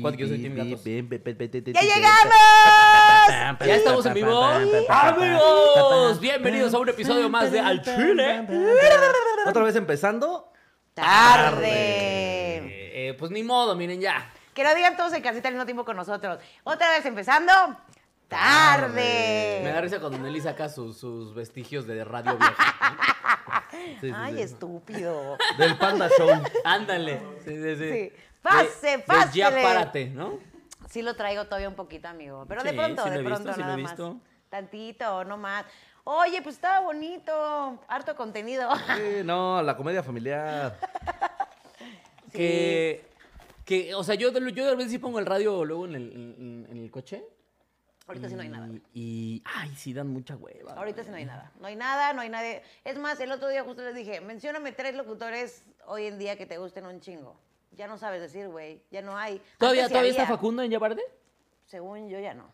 ¿Cuánto que yo soy Team Gatos? ¡Ya llegamos! Ya estamos en vivo. Amigos, bienvenidos a un episodio más de Al Chile. Otra vez empezando. Tarde. Eh, pues ni modo, miren ya. Que lo digan todos en casita al mismo tiempo con nosotros. Otra vez empezando. Tarde. Me da risa cuando Nelly saca sus, sus vestigios de radio vieja. Sí, sí, Ay, sí. estúpido. Del Panda Show. Ándale. Sí, sí, sí. Sí. Pase, De- de pase. Ya párate, ¿no? Sí lo traigo todavía un poquito, amigo. Pero de Sí, pronto, sí lo de he pronto visto, sí lo nada he más. visto. Tantito, no más. Oye, pues estaba bonito. Harto contenido. Sí, no, la comedia familiar. Que, que, o sea, yo, de- yo de repente sí pongo el radio luego en el, en, en el coche. Ahorita sí no hay nada. Y- Y, ay, sí dan mucha hueva. Ahorita güey. sí no hay nada. No hay nada, no hay nadie. Es más, el otro día justo les dije, mencióname tres locutores hoy en día que te gusten un chingo. Ya no sabes decir, güey. Ya no hay. ¿Todavía, Antes sí todavía está había. Facundo en Yabarde? Según yo, ya no.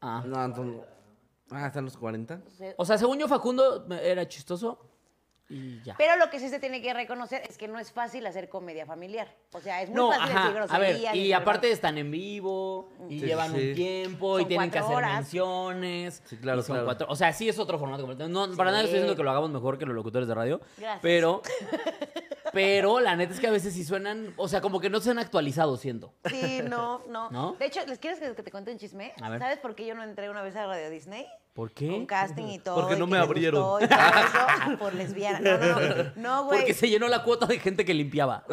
Ah. No, entonces- Ah, están los 40. Se- O sea, según yo, Facundo era chistoso y ya. Pero lo que sí se tiene que reconocer es que no es fácil hacer comedia familiar. O sea, es muy no, fácil decir ajá, a ver, groserías. y decir aparte están en vivo, y Sí, llevan sí, un sí. tiempo, y Son tienen que hacer cuatro horas. menciones. Sí, claro, y son claro. cuatro- o sea, sí es otro formato completamente. No, para nada estoy diciendo que lo hagamos mejor que los locutores de radio. Gracias. Pero, pero la neta es que a veces sí suenan, o sea, como que no se han actualizado, siento. Sí, no, no, ¿No? De hecho, ¿les quieres que que te cuente un chisme? A ver. ¿Sabes por qué yo no entré una vez a Radio Disney? ¿Por qué? Con casting y todo. Porque y no que me les abrieron. gustó y todo eso, por lesbiana. No, no, no. No, güey. Porque se llenó la cuota de gente que limpiaba.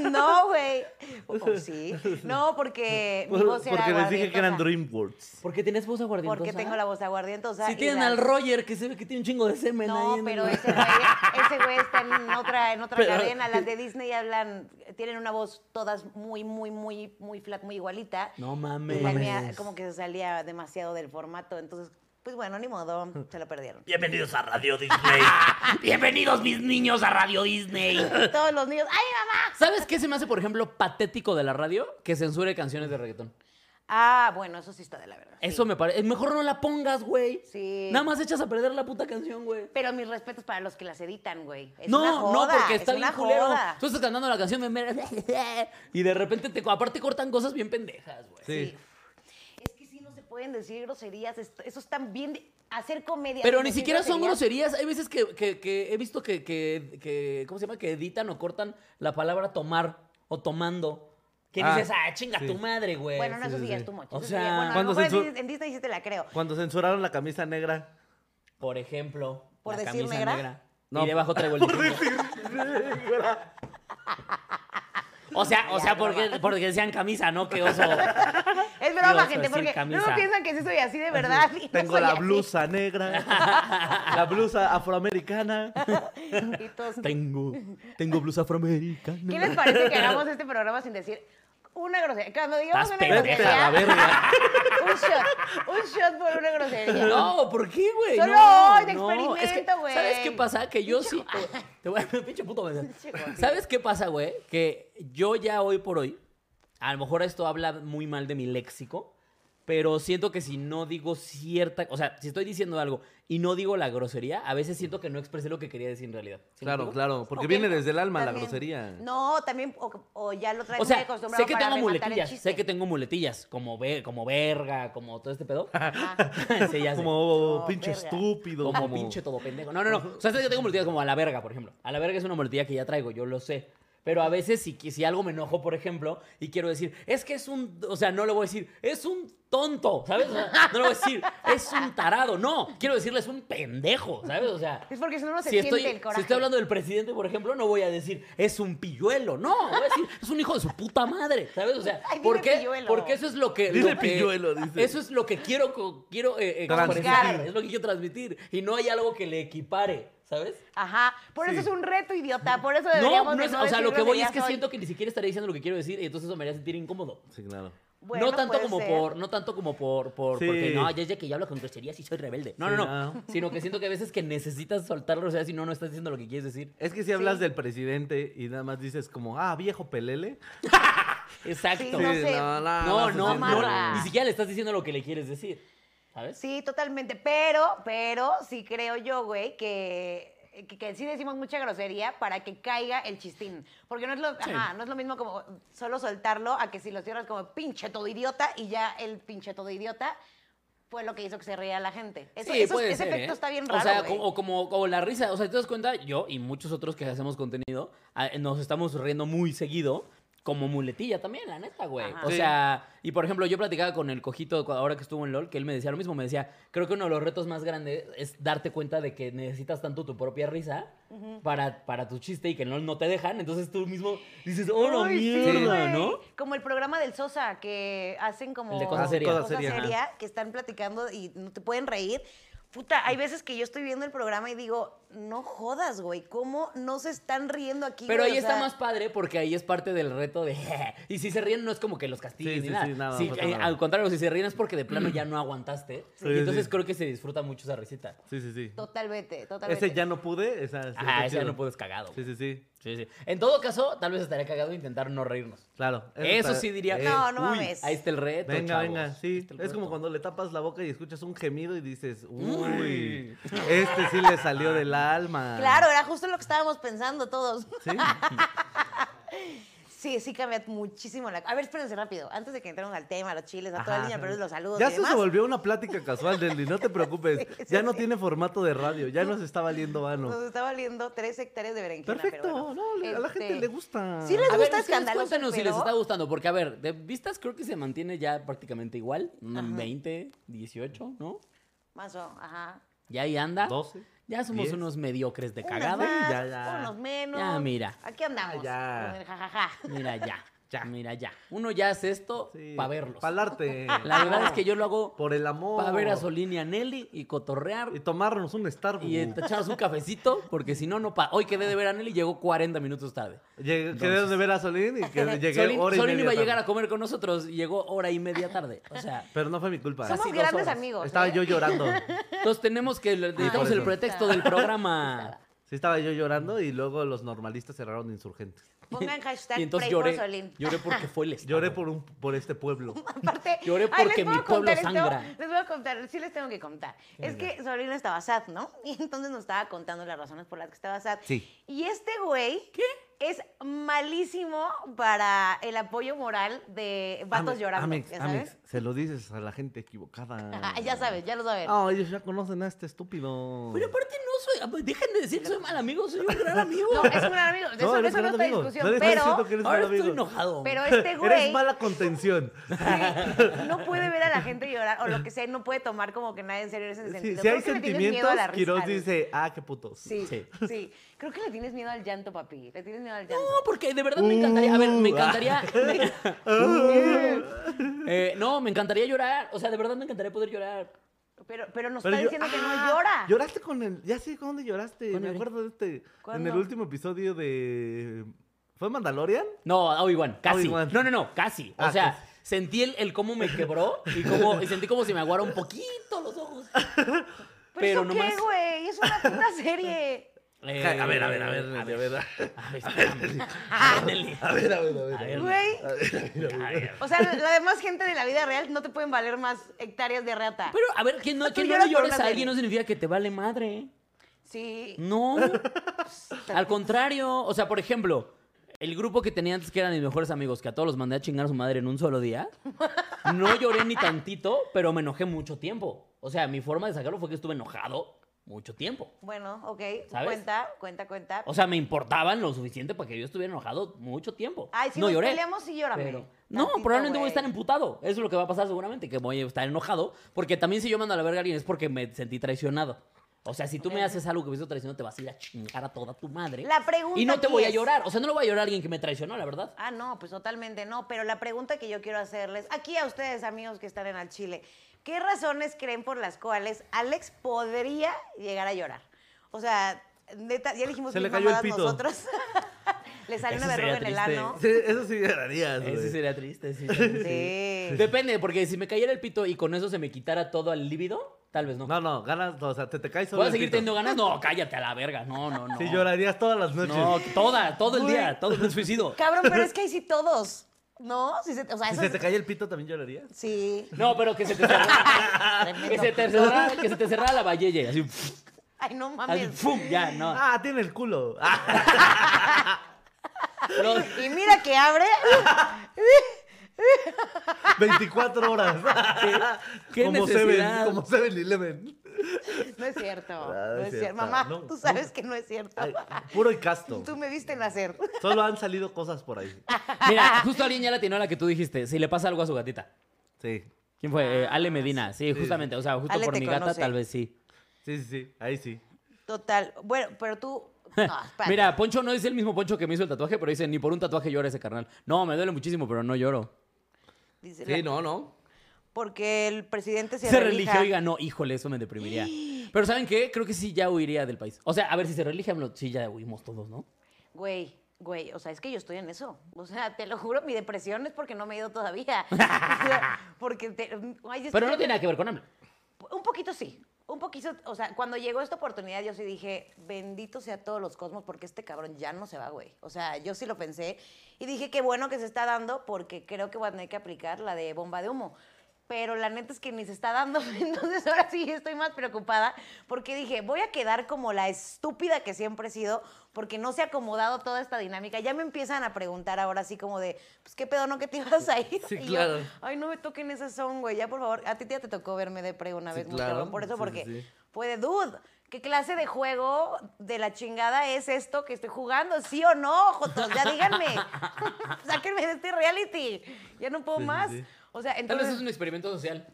No, güey. O- o sí. No, porque mi Por- voz era porque les dije que eran aguardientosa. DreamWorks. Porque tienes voz aguardientosa. Porque tengo la voz aguardientosa. Si y tienen la- al Roger, que se ve que tiene un chingo de semen ahí. No, en pero el- ese güey, ese güey está en otra, en otra Pero- cadena. Las de Disney hablan, tienen una voz todas muy, muy, muy, muy flat, muy igualita. No Y mames. la mía como que se salía demasiado del formato. Entonces, pues bueno, ni modo, se lo perdieron. Bienvenidos a Radio Disney. Bienvenidos mis niños a Radio Disney. Todos los niños, ¡ay, mamá! ¿Sabes qué se me hace, por ejemplo, patético de la radio? Que censure canciones de reggaetón. Ah, bueno, eso sí está de la verdad. sí. Eso me parece. Mejor no la pongas, güey. Sí. Nada más echas a perder la puta canción, güey. Pero mis respetos para los que las editan, güey. Es no, una joda, no, porque está es bien una culero. joda. Tú estás cantando la canción de Mera- y de repente te aparte cortan cosas bien pendejas, güey. Sí. Sí. Es que sí no se pueden decir groserías. est- Eso está bien. de- hacer comedia. Pero sin ni decir siquiera son groserías. Hay veces que, que- que he visto que, que- que- ¿cómo se llama? Que editan o cortan la palabra tomar o tomando. Que Ah, dices, ah, chinga sí. tu madre, güey. Bueno, no, eso sí ya sí. es tu mocho. O eso sí ya- sea, bueno, a lo ¿cuándo mejor en censur- Disney- en Disney sí te la creo. Cuando censuraron la camisa negra. Por ejemplo, ¿Por la decir camisa negra? No. Y debajo traigo el diseño. O sea, o Ya, sea, broma. porque, porque decían camisa, ¿no? Que oso. Es Ibas broma, a gente, decir porque camisa. luego piensan que sí soy así de verdad. y no Tengo soy la así. blusa negra. la blusa afroamericana. Y todos, Tengo, tengo blusa afroamericana. ¿Qué les parece que hagamos este programa sin decir una grosería? Cuando digamos Estás una pendeja, Vete a la grosería, verga. un shot. Un shot por una grosería. No, ¿por qué, güey? Solo no, hoy de no. Es que, experimento, güey. ¿Sabes qué pasa? Que yo sí. Te voy a pinche puto. güey. ¿Sabes qué pasa, güey? Que yo ya hoy por hoy, a lo mejor esto habla muy mal de mi léxico, pero siento que si no digo cierta. O sea, si estoy diciendo algo y no digo la grosería, a veces siento que no expresé lo que quería decir en realidad. ¿Sí me Claro, explico? claro. Porque Ok. viene desde el alma la También- grosería. No, también, o, o ya lo traes O sea, muy acostumbrado sé que para tengo rematar el muletillas, chiste. sé que tengo muletillas, como, ve, como verga, como todo este pedo. Sí, ya sé. Como No, pinche verga. estúpido. Como pinche todo pendejo. No, no, no. O sea, sé que tengo muletillas como a la verga, por ejemplo. A la verga es una muletilla que ya traigo, yo lo sé. Pero a veces si, si algo me enojo, por ejemplo, y quiero decir, es que es un, o sea, no le voy a decir, es un tonto, ¿sabes? O sea, no le voy a decir, es un tarado, no, quiero decirle, es un pendejo, ¿sabes? O sea, Es porque si no, no se si siente estoy, el coraje. si estoy hablando del presidente, por ejemplo, no voy a decir es un pilluelo, no, voy a decir es un hijo de su puta madre, ¿sabes? O sea, Ay, dile ¿por qué? pilluelo. Porque eso es lo que, Dile lo que- pilluelo, dice. eso es lo que quiero co- quiero eh, eh, Transmitir. expresar, es lo que quiero transmitir y no hay algo que le equipare, ¿sabes? Ajá, por eso Sí. es un reto, idiota, por eso No, deberíamos no de es, o sea, decir lo que voy es groserías que hoy. siento que ni siquiera estaría diciendo lo que quiero decir y entonces eso me haría sentir incómodo. Sí, claro. Bueno, no tanto puede como ser. por, no tanto como por, por Sí. porque no, ya es de que yo hablo con groserías y soy rebelde. No, Sí, no, no, no. Sino que siento que a veces que necesitas soltar las groserías y no, no estás diciendo lo que quieres decir. Es que si hablas Sí. del presidente y nada más dices como, ah, viejo pelele. Sí, Exacto. no No, sé. se no, siente no, amarra. Ni siquiera le estás diciendo lo que le quieres decir. ¿Sabes? Sí, totalmente. Pero, pero sí creo yo, güey, que, que, que sí decimos mucha grosería para que caiga el chistín. Porque no es lo, ajá, no es lo mismo como solo soltarlo a que si lo cierras como pinche todo idiota y ya el pinche todo idiota fue lo que hizo que se ría la gente. Eso, Sí, eso- puede ese ser, efecto ¿eh? está bien O raro. sea, güey. co- o como, como la risa. O sea, te das cuenta, yo y muchos otros que hacemos contenido, ah, nos estamos riendo muy seguido. Como muletilla también, la neta, güey. Ajá. O Sí. sea, y por ejemplo, yo platicaba con el cojito cu- ahora que estuvo en LOL, que él me decía lo mismo, me decía, creo que uno de los retos más grandes es darte cuenta de que necesitas tanto tu propia risa para, para tu chiste y que en LOL no te dejan. Entonces tú mismo dices, oh, no, Ay, sí, mierda, güey. ¿no? Como el programa del Sosa, que hacen como El de cosas Hacen serias. cosas serias, ajá. serias, que están platicando y no te pueden reír. Puta, hay veces que yo estoy viendo el programa y digo, no jodas, güey, ¿cómo no se están riendo aquí? Pero güey? ahí O está sea, más padre porque ahí es parte del reto de... y si se ríen no es como que los castiguen Sí, ni sí, nada. sí, nada, Sí, no pasa eh, nada. Al contrario, si se ríen es porque de plano ya no aguantaste. Sí, y entonces sí. creo que se disfruta mucho esa risita. Sí, sí, sí. Totalmente, totalmente. Ese ya no pude. Esa, sí, Ah, está ese ya chido. no puedes cagado. Sí, güey. sí, sí. Sí, sí. En todo caso, tal vez estaría cagado intentar no reírnos. Claro. Eso está- sí diría Eh, que- No, no uy, mames. Ahí está el reto, Venga, chavos. venga, Ahí sí. está el Es como reto. cuando le tapas la boca y escuchas un gemido y dices, Uy. uy, este sí le salió del alma. Claro, era justo lo que estábamos pensando todos. Sí, Sí, sí cambia muchísimo la... A ver, espérense rápido, antes de que entremos al tema, los chiles, a Ajá. toda la línea, pero los saludos Ya y se demás. se volvió una plática casual, Nelly, no te preocupes. Sí, sí, ya no sí. tiene formato de radio, ya nos está valiendo Nos vano. está valiendo tres hectáreas de berenjena. pero Perfecto, bueno. no, le- a la gente Este, le gusta. Sí les A ver, gusta ustedes escandaloso, cuéntanos si les pero- está gustando, porque a ver, de vistas creo que se mantiene ya prácticamente igual, un 20, 18, ¿no? Más o, ajá. Ya ahí anda. 12. Ya somos 10. unos mediocres de Unas cagada. más, Ya, ya. unos menos. Ya, mira. Aquí Ya, andamos. ya. Con el jajaja. Mira ya, Ya. mira ya. Uno ya hace esto para verlos. Para arte. La verdad es que yo lo hago Ah. Por el amor. para ver a Solín y a Nelly y cotorrear Y tomarnos un Starbucks. y eh, echarnos un cafecito, porque si no, no pa Hoy quedé de ver a Nelly y llegó 40 minutos tarde. Llegué, quedé Entonces- de ver a Solín y que llegué Solín, hora y Solín media iba a llegar tarde. a comer con nosotros y llegó hora y media tarde. O sea, Pero no fue mi culpa. Casi Somos dos grandes horas. amigos. Estaba ¿eh? yo llorando. entonces tenemos que. Ah, Necesitamos el por eso. pretexto del programa. Sí, estaba yo llorando y luego los normalistas cerraron insurgentes. Pongan hashtag Y entonces pray for lloré. Solín. Lloré porque fue el Estado. Lloré por, un, por este pueblo. Aparte, Lloré ay, porque les puedo mi pueblo contar esto, sangra. Les voy a contar, sí les tengo que contar. Es que Solín estaba sad, ¿no? Y entonces nos estaba contando las razones por las que estaba sad. Sí. Y este güey es malísimo para el apoyo moral de vatos Amex, llorando. Amex, ¿ya Amex, sabes? Ah, se lo dices a la gente equivocada. ya sabes, Pues ya lo sabes. No, ellos ya conocen a este estúpido. Pero aparte no soy. Dejen de decir que soy mal amigo, soy un gran amigo. No, es un gran amigo. De eso no, eres eso no gran está amigo. discusión. Nadie está pero, diciendo que eres Ahora mal estoy amigo. enojado. pero este güey Pues Eres mala contención. sí, no puede ver a la gente llorar o lo que sea, y no puede tomar como que nadie en serio en ese Si- sentido. si, Creo hay que le tienes miedo sentimientos, a la risa, Quiroz Ale. dice, ah, qué putos. Sí, sí, Sí. Creo que le tienes miedo al llanto, papi. Le tienes miedo al llanto. No, porque de verdad me encantaría. A ver, me Uh. encantaría. Eh, no, me encantaría llorar. O sea, de verdad me encantaría poder llorar. Pero, pero nos Pero está yo- ah, diciendo que no llora. Lloraste con el. Ya sé con dónde lloraste. ¿Cuándo Me lloré? acuerdo de este. En ¿Cuándo? el último episodio de. ¿Fue Mandalorian? No, ah, Obi-Wan, casi. Obi-Wan. No, no, no, casi. O Ah, sea, casi. sentí el, el cómo me quebró y, cómo, y sentí como si me aguara un poquito los ojos. pero, pero eso qué, nomás- güey. Es una puta serie. Eh, Ja, a ver, a ver, a ver, a ver. A ver, A ver, espérame. Ándale. a ver, a ver. a ver. A ver. Güey. O sea, la demás gente de la vida real no te pueden valer más hectáreas de reata. Pero, a ver, que no, Tú que no lloras le por llores una a alguien serie. no significa que te vale madre. sí. Pues, No. Al contrario. O sea, por ejemplo, el grupo que tenía antes que eran mis mejores amigos, que a todos los mandé a chingar a su madre en un solo día, no lloré ni tantito, pero me enojé mucho tiempo. O sea, mi forma de sacarlo fue que estuve enojado mucho tiempo. Bueno, ok. ¿Sabes? Cuenta, cuenta, cuenta. O sea, me importaban lo suficiente para que yo estuviera enojado mucho tiempo. Ay, si no nos lloré. peleamos, sí llórame. pero- No, Tantito, probablemente voy a estar güey. emputado. Eso es lo que va a pasar seguramente, que voy a estar enojado. Porque también si yo mando a la verga a alguien es porque me sentí traicionado. O sea, si tú me haces algo que me hizo traicionado, te vas a ir a chingar a toda tu madre. La pregunta Y no te aquí voy a es- llorar. O sea, no lo voy a llorar a alguien que me traicionó, la verdad. Ah, no, pues totalmente no. Pero la pregunta que yo quiero hacerles, aquí a ustedes, amigos que están en el Chile, ¿qué razones creen por las cuales Alex podría llegar a llorar? O sea, neta, ya dijimos Se mil le cayó el mamadas pito. nosotros. Le sale una Eso sería verruga en el triste. ano. Sí, eso sí llorarías, güey. Eso sería triste, sí. Sí. Depende, porque si me cayera el pito y con eso se me quitara todo al líbido, tal vez no. No, no, ganas, o sea, te, te caes solo ¿Puedo el seguir pito. teniendo ganas? No, cállate a la verga. No, no, no. Sí, llorarías todas las noches. No, toda, todo el Güey. día, todo el suicidio. Cabrón, pero es que ahí sí todos. ¿No? Si se, o sea, si eso se es- te cae el pito, ¿también llorarías? Sí. No, pero que se te cerrara, que Ah, Tremendo. se te cerrara, que se te cerrara la valleye. Así, Ay, no así, mames. ¡fum! Ya, no. Ah, tiene el culo. Ah, Los- Y mira que abre. 24 horas. ¿Qué como necesidad? Seven, como Seven Eleven. No es cierto. Ah, no es cierto. Mamá, No, tú sabes no. que no es cierto. Ay, puro y casto. Tú me viste nacer. Solo han salido cosas por ahí. Mira, justo alguien ya la tiene la que tú dijiste. Si le pasa algo a su gatita. Sí. ¿Quién fue? Eh, Ale Medina. Sí, justamente. O sea, justo Ah, Ale por te mi gata, conoce. tal vez sí. Sí, sí, sí. Ahí sí. Total. Bueno, pero tú. No, espérate. Mira, Poncho no dice el mismo Poncho que me hizo el tatuaje, pero dice, ni por un tatuaje llora ese carnal. No, me duele muchísimo, pero no lloro. Dice la- Sí, no, no. Porque el presidente se, Se, religió y ganó. Híjole, eso me deprimiría. Pero ¿saben qué? Creo que sí ya huiría del país. O sea, a ver, si se religia, me lo- sí ya huimos todos, ¿no? Güey, güey, o sea, es que yo estoy en eso. O sea, te lo juro, mi depresión es porque no me he ido todavía. O sea, porque te- ay, es Pero que- no tiene nada que ver con AMLO. Un poquito sí. Un poquito, o sea, cuando llegó esta oportunidad yo sí dije, bendito sea todos los cosmos porque este cabrón ya no se va, güey. O sea, yo sí lo pensé y dije, qué bueno que se está dando porque creo que voy a tener que aplicar la de bomba de humo. Pero la neta es que ni se está dando, entonces ahora sí estoy más preocupada porque dije, voy a quedar como la estúpida que siempre he sido porque no se ha acomodado toda esta dinámica. Ya me empiezan a preguntar ahora así como de, pues qué pedo, ¿no? que te ibas a ir? Sí, Y yo, claro. Ay, no me toquen ese son, güey. Ya, por favor. A ti ya te tocó verme de pre una Sí, vez, muy claro. cabrón, Por eso, Sí, sí, porque sí. fue de dude. ¿Qué clase de juego de la chingada es esto que estoy jugando? ¿Sí o no, Jotos? Ya díganme. Sáquenme de este reality. Ya no puedo Sí, sí, más. sí. O sea, Tal vez entonces, es un experimento social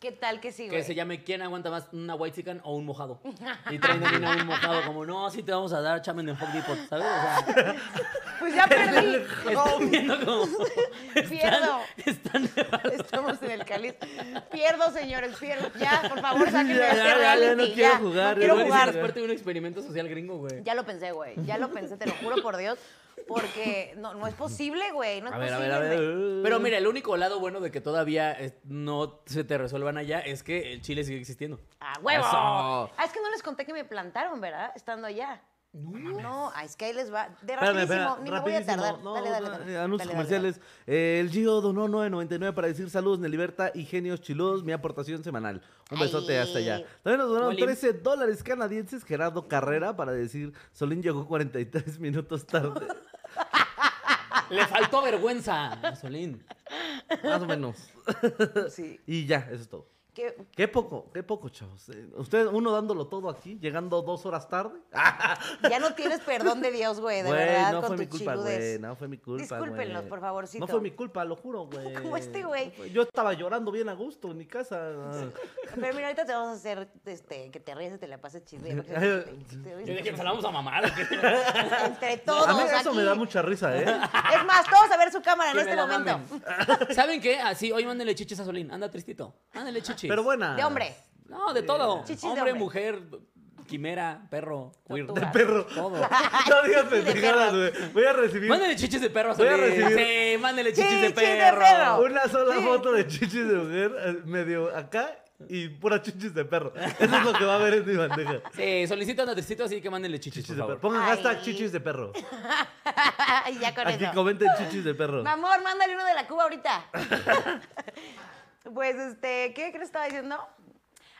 ¿qué tal que sí, que güey? se llame ¿Quién aguanta más una white chicken o un mojado? Y traen también a un mojado como, no, sí te vamos a dar chamen en Home Depot, ¿sabes? O sea, Pues ya perdí. están viendo como... Pierdo. Están... están- Estamos en el cáliz. Pierdo, señores, pierdo. Ya, por favor, sáquenme de ya, este ya, ya, reality. no quiero jugar, No quiero Igual y jugar. Es parte de un experimento social gringo, güey. Ya lo pensé, güey. Ya lo pensé, te lo juro por Dios. Porque no, no es posible, güey. No es A ver, a posible. ver, a ver. güey. Pero mira, el único lado bueno de que todavía eh, no se te resuelvan allá es que el Chile sigue existiendo. ¡A huevo! Eso. Ah, es que no les conté que me plantaron, ¿verdad? Estando allá. No, ah, es que ahí les va. De Espérame, rapidísimo, espera, ni me voy a rapidísimo. tardar. No, dale, dale, no, dale. eh, Anuncios Dale, dale, comerciales. Eh, el Gio donó 9.99 para decir saludos, Neliberta y genios chiludos, mi aportación semanal. Un besote Ay. hasta allá. También nos donaron Olim. 13 dólares canadienses Gerardo Carrera para decir Solín llegó 43 minutos tarde. Ah. Le faltó vergüenza a Solín. Más o menos. dale. Sí. Y ya, eso es todo. Que- Qué poco, qué poco, chavos. Eh, Ustedes, uno dándolo todo aquí, llegando dos horas tarde. Ah, ya no tienes perdón de Dios, güey, de Güey, verdad, no con fue tus mi culpa, chiludes. güey. No fue mi culpa. Discúlpenlos, güey. por favorcito. No fue mi culpa, lo juro, güey. Como este güey. Yo estaba llorando bien a gusto en mi casa. Pero mira, ahorita te vamos a hacer este, que te rías y te la pases chido. Te- te- Yo dije, pues la vamos a mamar. Entre todos. a mí eso aquí. me da mucha risa, ¿eh? Es más, todos a ver su cámara en Que este me la momento. ¿Saben qué? Así, hoy mándenle chichis a Solín. Anda tristito. Mándenle chichis. Pero buena. De hombre. No, de todo. Chichis de hombre, hombre. mujer, quimera, perro, queer. Tortuga. Perro. Todo. No digas de pendejadas, perro. güey. Voy a recibir Mándale chichis de perro a Voy a Solín. recibir- Sí, mándale chichis, de Chichis de perro. perro. una sola foto de chichis de mujer eh, medio acá y pura chichis de perro. Eso es lo que va a haber en mi bandeja. Sí, solicito anda tristito, así que mándenle chichis, Chichis por de perro. favor. Pongan Ay. hashtag chichis de perro. Y ya con Aquí eso. comenten chichis de perro. Mi amor, mándale uno de la Cuba ahorita. pues, este, ¿qué crees que estaba diciendo?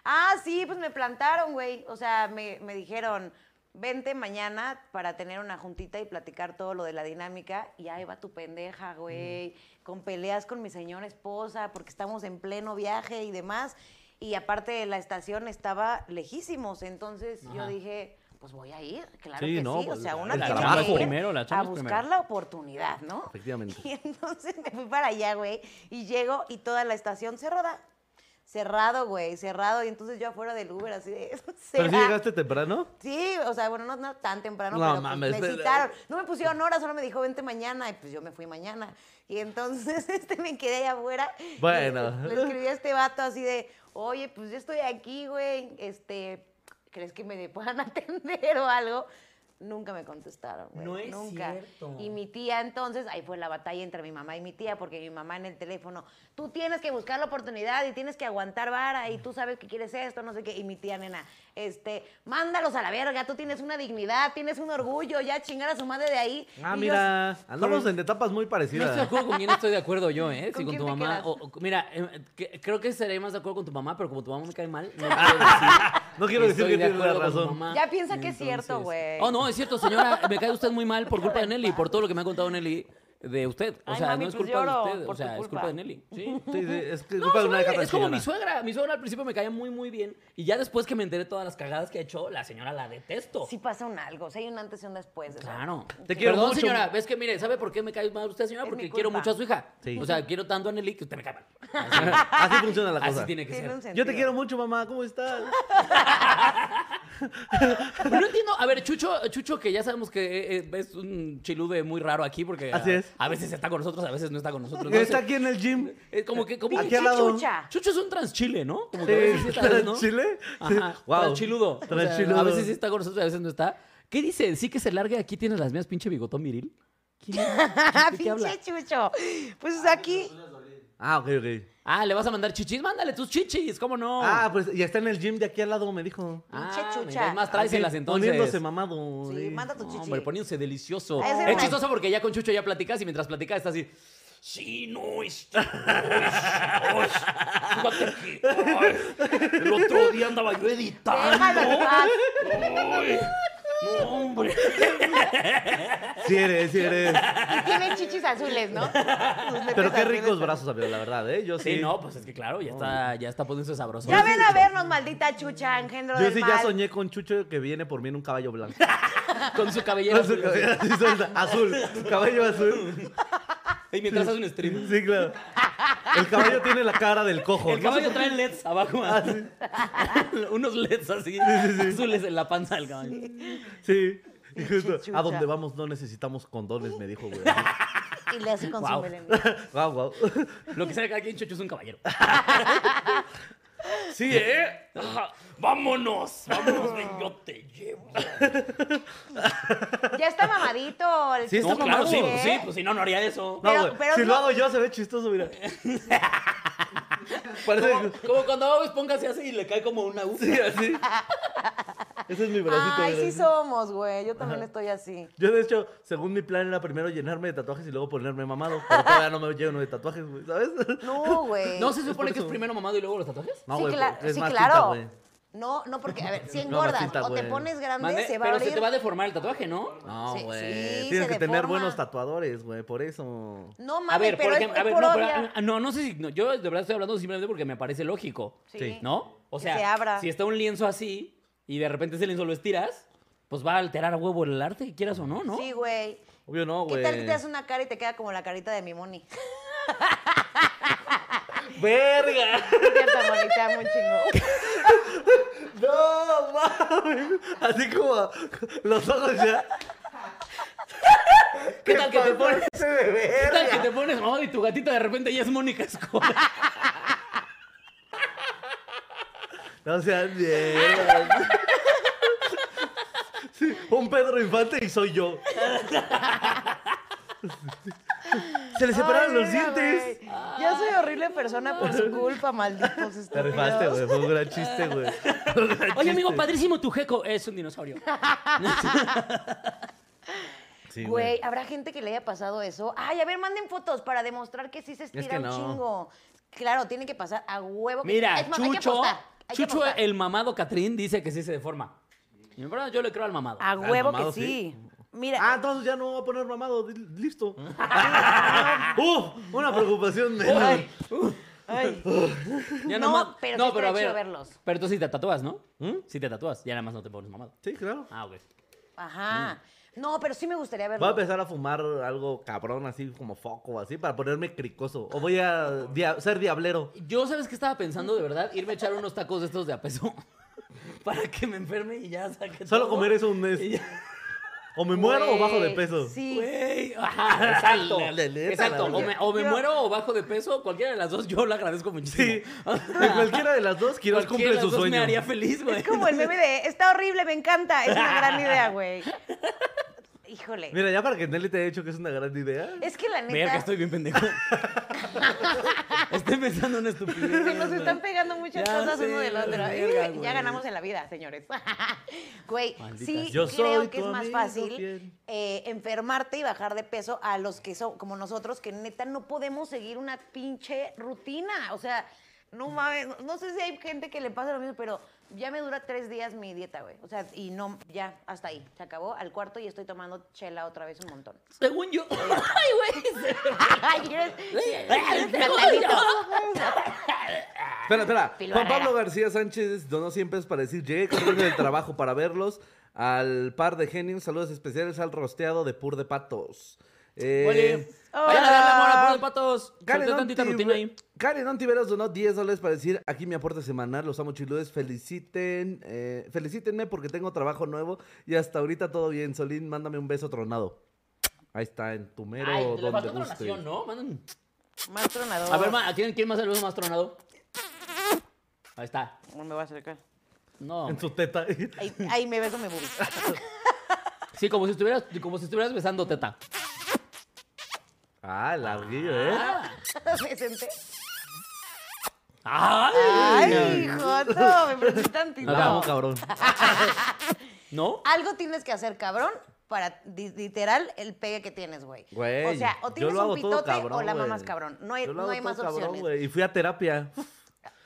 Ah, sí, pues me plantaron, güey. O sea, me, me dijeron, vente mañana para tener una juntita y platicar todo lo de la dinámica. Y ahí va tu pendeja, güey. Con peleas con mi señora esposa, porque estamos en pleno viaje y demás. Y aparte, la estación estaba lejísimos. Entonces yo Ajá. dije, pues voy a ir, claro Sí, que no, sí. O pues, sea, la- una la tiene chamba que es ir primero, la a chamba es buscar primero. la oportunidad, ¿no? Efectivamente. Y entonces me fui para allá, güey, y llego y toda la estación cerrada. Cerrado, güey, cerrado. Y entonces yo afuera del Uber, así de. Pero si ¿será? llegaste temprano. Sí, o sea, bueno, no, no tan temprano, No pero pues, mames, me pero- eh, citaron. No me pusieron horas, solo me dijo vente mañana, y pues yo me fui mañana. Y entonces este, me quedé allá afuera. y Bueno. Le, le escribí a este vato así de, oye, pues yo estoy aquí, güey, este, ¿crees que me puedan atender o algo? Nunca me contestaron, güey. No es Nunca. cierto. Y mi tía, entonces, ahí fue la batalla entre mi mamá y mi tía, porque mi mamá en el teléfono, tú tienes que buscar la oportunidad y tienes que aguantar vara y tú sabes que quieres esto, no sé qué. Y mi tía, nena, este, mándalos a la verga, tú tienes una dignidad, tienes un orgullo, ya chingar a su madre de ahí. Ah, Y yo- mira, andamos en etapas muy No estoy de parecidas. acuerdo con quién estoy de acuerdo yo, ¿eh? ¿Con Si con quién tu te mamá. quedas? o- o- mira, eh, que- creo que estaré más de acuerdo con tu mamá, pero como tu mamá me cae mal, no quiero decir. No quiero decir estoy que de tienes la acuerdo con tu razón. mamá. Ya piensa que es cierto, güey. Oh, no, es cierto, señora. Me cae usted muy mal por culpa de Nelly, por todo lo que me ha contado Nelly de usted. O Ay, sea, mami, no es pues culpa de lloro usted. O por tu sea, es culpa. culpa de Nelly. Sí. Sí, sí, es que No, culpa de se una vale, gata es como mi chillona. suegra. Mi suegra al principio me caía muy, muy bien. Y ya después que me enteré todas las cagadas que ha hecho, la señora la detesto. Sí pasa un algo, o sea, hay un antes y un después. de eso. Claro. Te quiero Perdón, mucho. señora. Ves que, mire, ¿sabe por qué me cae mal usted, señora? Es mi Porque culpa. quiero mucho a su hija. Sí. O sea, quiero tanto a Nelly que usted me cae mal. Así funciona la Así cosa. tiene que Tiene un ser. sentido. Yo te quiero mucho, mamá. ¿Cómo estás? Pero no entiendo. A ver, Chucho, Chucho, que ya sabemos que eh, eh, es un chilude muy raro aquí porque Así a, es. a veces está con nosotros, a veces no está con nosotros. No Está sé. aquí en el gym. Es como que. Como Aquí al lado. Chucha. Chucho es un transchile, ¿no? Como que a veces sí está, ¿no? ¿En Chile? Ajá. Wow. Tranchiludo. O sea, Tranchiludo. a veces sí está con nosotros, a veces no está. ¿Qué dice? ¿Sí que se largue? Aquí tienes las mías, pinche bigotón viril. ¿Quién es? Ah, ¿De qué habla? pinche chucho. Pues aquí. Ah, ok, ok. Ah, ¿le vas a mandar chichis? Mándale tus chichis, ¿cómo no? Ah, pues ya está en el gym de aquí al lado, me dijo. Ah, pinche chucha. mira, es más, tráeselas Así, entonces. Ah, Poniéndose mamado. Sí, manda tu No, chichi. hombre, poniéndose delicioso. Ese Es era- chistoso porque ya con Chucho ya platicas y mientras platicas está así. Sí, no, este. ay, ay, fíjate que, ay, el otro día andaba yo Déjalo ah, en editando. paz. Ay, no, hombre. Sí eres, sí eres. Y tiene chichis azules, ¿no? Sus Pero letras qué azules, ricos pero- brazos, amigo, la verdad, ¿eh? Yo sí. Sí, no, pues es que claro, ya está, ya está poniéndose sabroso. Ya ven a vernos, maldita chucha, engendro Yo del sí mal. ya soñé con Chucho que viene por mí en un caballo blanco. Con su cabellera. Con su cabello así suelta. Azul. Caballo azul. Y mientras hace un stream. Sí, claro. El caballo tiene la cara del cojo. El No sé caballo trae LEDs abajo. Ah, Unos LEDs así, azules en la panza del caballo. Sí. Y justo, Pinche a chucha. donde vamos no necesitamos condones, me dijo, güey. Y le hace con su Wow. melena. Guau, guau. Lo que sea que aquí en Chucho es un caballero. Sí, ¿eh? Vámonos, vámonos, ven, yo te llevo. Ya está mamadito. El Sí, está No, chico, claro, mamado. sí, ¿eh? pues sí, pues si no, no haría eso. No, Pero- güey. pero si no- lo hago yo se ve chistoso, mira. Parece... Como cuando Bob Esponja se hace y le cae como una U. Sí, así. Ese es mi bracito. Ay, mira. sí somos, güey. Yo también estoy así. Yo, de hecho, según mi plan era primero llenarme de tatuajes y luego ponerme mamado. Pero todavía no me lleno de tatuajes, güey, ¿sabes? No, güey. ¿No se supone por que es eso. primero mamado y luego los tatuajes? No, sí, güey, cla- es sí, más tinta, claro. güey. no, no, porque, a ver, si No, más engordas tinta, o te güey. pones grande, Mande- se va a pero abrir. se te va a deformar el tatuaje, ¿no? No, Sí, güey. sí, Tienes se que tener deforma. buenos tatuadores, güey, por eso. No mames, A ver, pero por es- ejemplo, es, a ver, por no, obvia. pero, ah, no, no sé si, no, yo de verdad estoy hablando simplemente porque me parece lógico, Sí. ¿no? O Que sea, se abra. si está un lienzo así y de repente ese lienzo lo estiras, pues va a alterar a huevo el arte, quieras o no, ¿no? Sí, güey. Obvio no, ¿Qué güey. tal que te das una cara y te queda como la carita de mi Moni? ¡Verga! Cierto, Moni, te amo un chingo. ¡No, mames! Así como los ojos ya. ¿Qué tal que te pones? pasaste de ¿Qué verga? tal que te pones mamado y tu gatita de repente ya es Mónica Escobar? No seas mierda. Sí, un Pedro Infante y soy yo. Se le separaron Ay, los mira, dientes. güey. Yo soy horrible persona por su culpa, malditos Te rifaste, estúpidos. güey. Fue un gran chiste, güey. Fue un gran Oye, amigo, chiste. padrísimo tu jeco. Es un dinosaurio. Sí, Güey, ¿habrá gente que le haya pasado eso? Ay, a ver, manden fotos para demostrar que sí se estira que un no. chingo. Claro, tiene que pasar a huevo. que- Mira, Es más, hay que Chucho, apostar, hay que Chucho apostar. el mamado Catrín dice que sí se deforma. Y en verdad yo le creo al mamado. A huevo que Ah, mamado, sí. sí. Mira, Ah, entonces ya no voy a poner mamado. di- Listo. Ah, ¡Uf! Una preocupación menos. Ay. ay. Ya No, nomás- pero sí está chido verlos. Pero tú sí te tatúas, ¿no? Sí te tatúas. Ya nada más no te pones mamado. Sí, claro. Ah, ok. Ajá. No, pero sí me gustaría verlo. Voy a empezar a fumar algo cabrón, así como foco, o así, para ponerme cricoso. O voy a dia- ser diablero. Yo, ¿sabes qué estaba pensando de verdad? Irme a echar unos tacos de estos de a peso. Para que me enferme y ya saque Solo todo. comer eso un mes. Y ya- O me muero o bajo de Güey, peso. Sí. Güey, ajá, exacto. La neta, exacto. la O me, o me Yo- muero o bajo de peso, cualquiera de las dos, yo lo agradezco muchísimo. Sí. De cualquiera de las dos, Quiroz Cualquiera de cumple las su dos sueño. me haría feliz, güey. Es como el meme de, está horrible, me encanta. Es una gran idea, güey. Híjole. Mira, ya para que Nelly te haya dicho que es una gran idea. es que la Verga, neta, estoy bien pendejo. estoy pensando en estupidez. se nos están pegando muchas Ya cosas sé, uno del la otro. verga, Eh, güey. ya ganamos en la vida, señores. Güey, Maldita sí sea. Yo creo soy que tu es más amigo fácil fiel. eh, enfermarte y bajar de peso a los que son como nosotros, que neta no podemos seguir una pinche rutina. O sea, no mames, no- no sé si hay gente que le pasa lo mismo, pero ya me dura tres días mi dieta, güey. O sea, y no, ya, hasta ahí. Se acabó al cuarto y estoy tomando chela otra vez un montón. Según yo. Ay, güey. Ay, eres- eres Ay, fatalito. Espera, espera. Pilo Juan Herrera. Pablo García Sánchez donó 100 pesos para decir, llegué corriendo del trabajo para verlos. Al par de genios, saludos especiales al rosteado de Pur de Patos. Eh, Oye, Hola. vayan a ver la mora, ponen patos. Karen Solté tantita Ontiver- rutina ahí. Karen Ontiveros donó 10 dólares para decir, aquí mi aporte semanal, los amo chiludes, feliciten, eh, felicítenme porque tengo trabajo nuevo y hasta ahorita todo bien. Solín, mándame un beso tronado. Ahí está, en tu mero, Ay, le donde faltó guste. tronación, ¿no? Mandan- Más tronador. A ver, ma, ¿a quién, quién más saludos más tronado? Ahí está. No me voy a acercar. No. En su teta. Ahí, ahí me beso mi boobies. Sí, como si estuvieras, como si estuvieras besando teta. ah, larguillo, ¿eh? Ah. me senté. ¡Ay! Ay, Joto, me prendí tantito. Acá, Vamos, cabrón. ¿No? Algo tienes que hacer, cabrón, para di- literal el pegue que tienes, güey. Güey, O sea, o yo tienes lo un hago todo pitote o cabrón, la güey. mamás cabrón. No hay, Yo lo no hago hay todo más cabrón, opciones. güey, Y fui a terapia.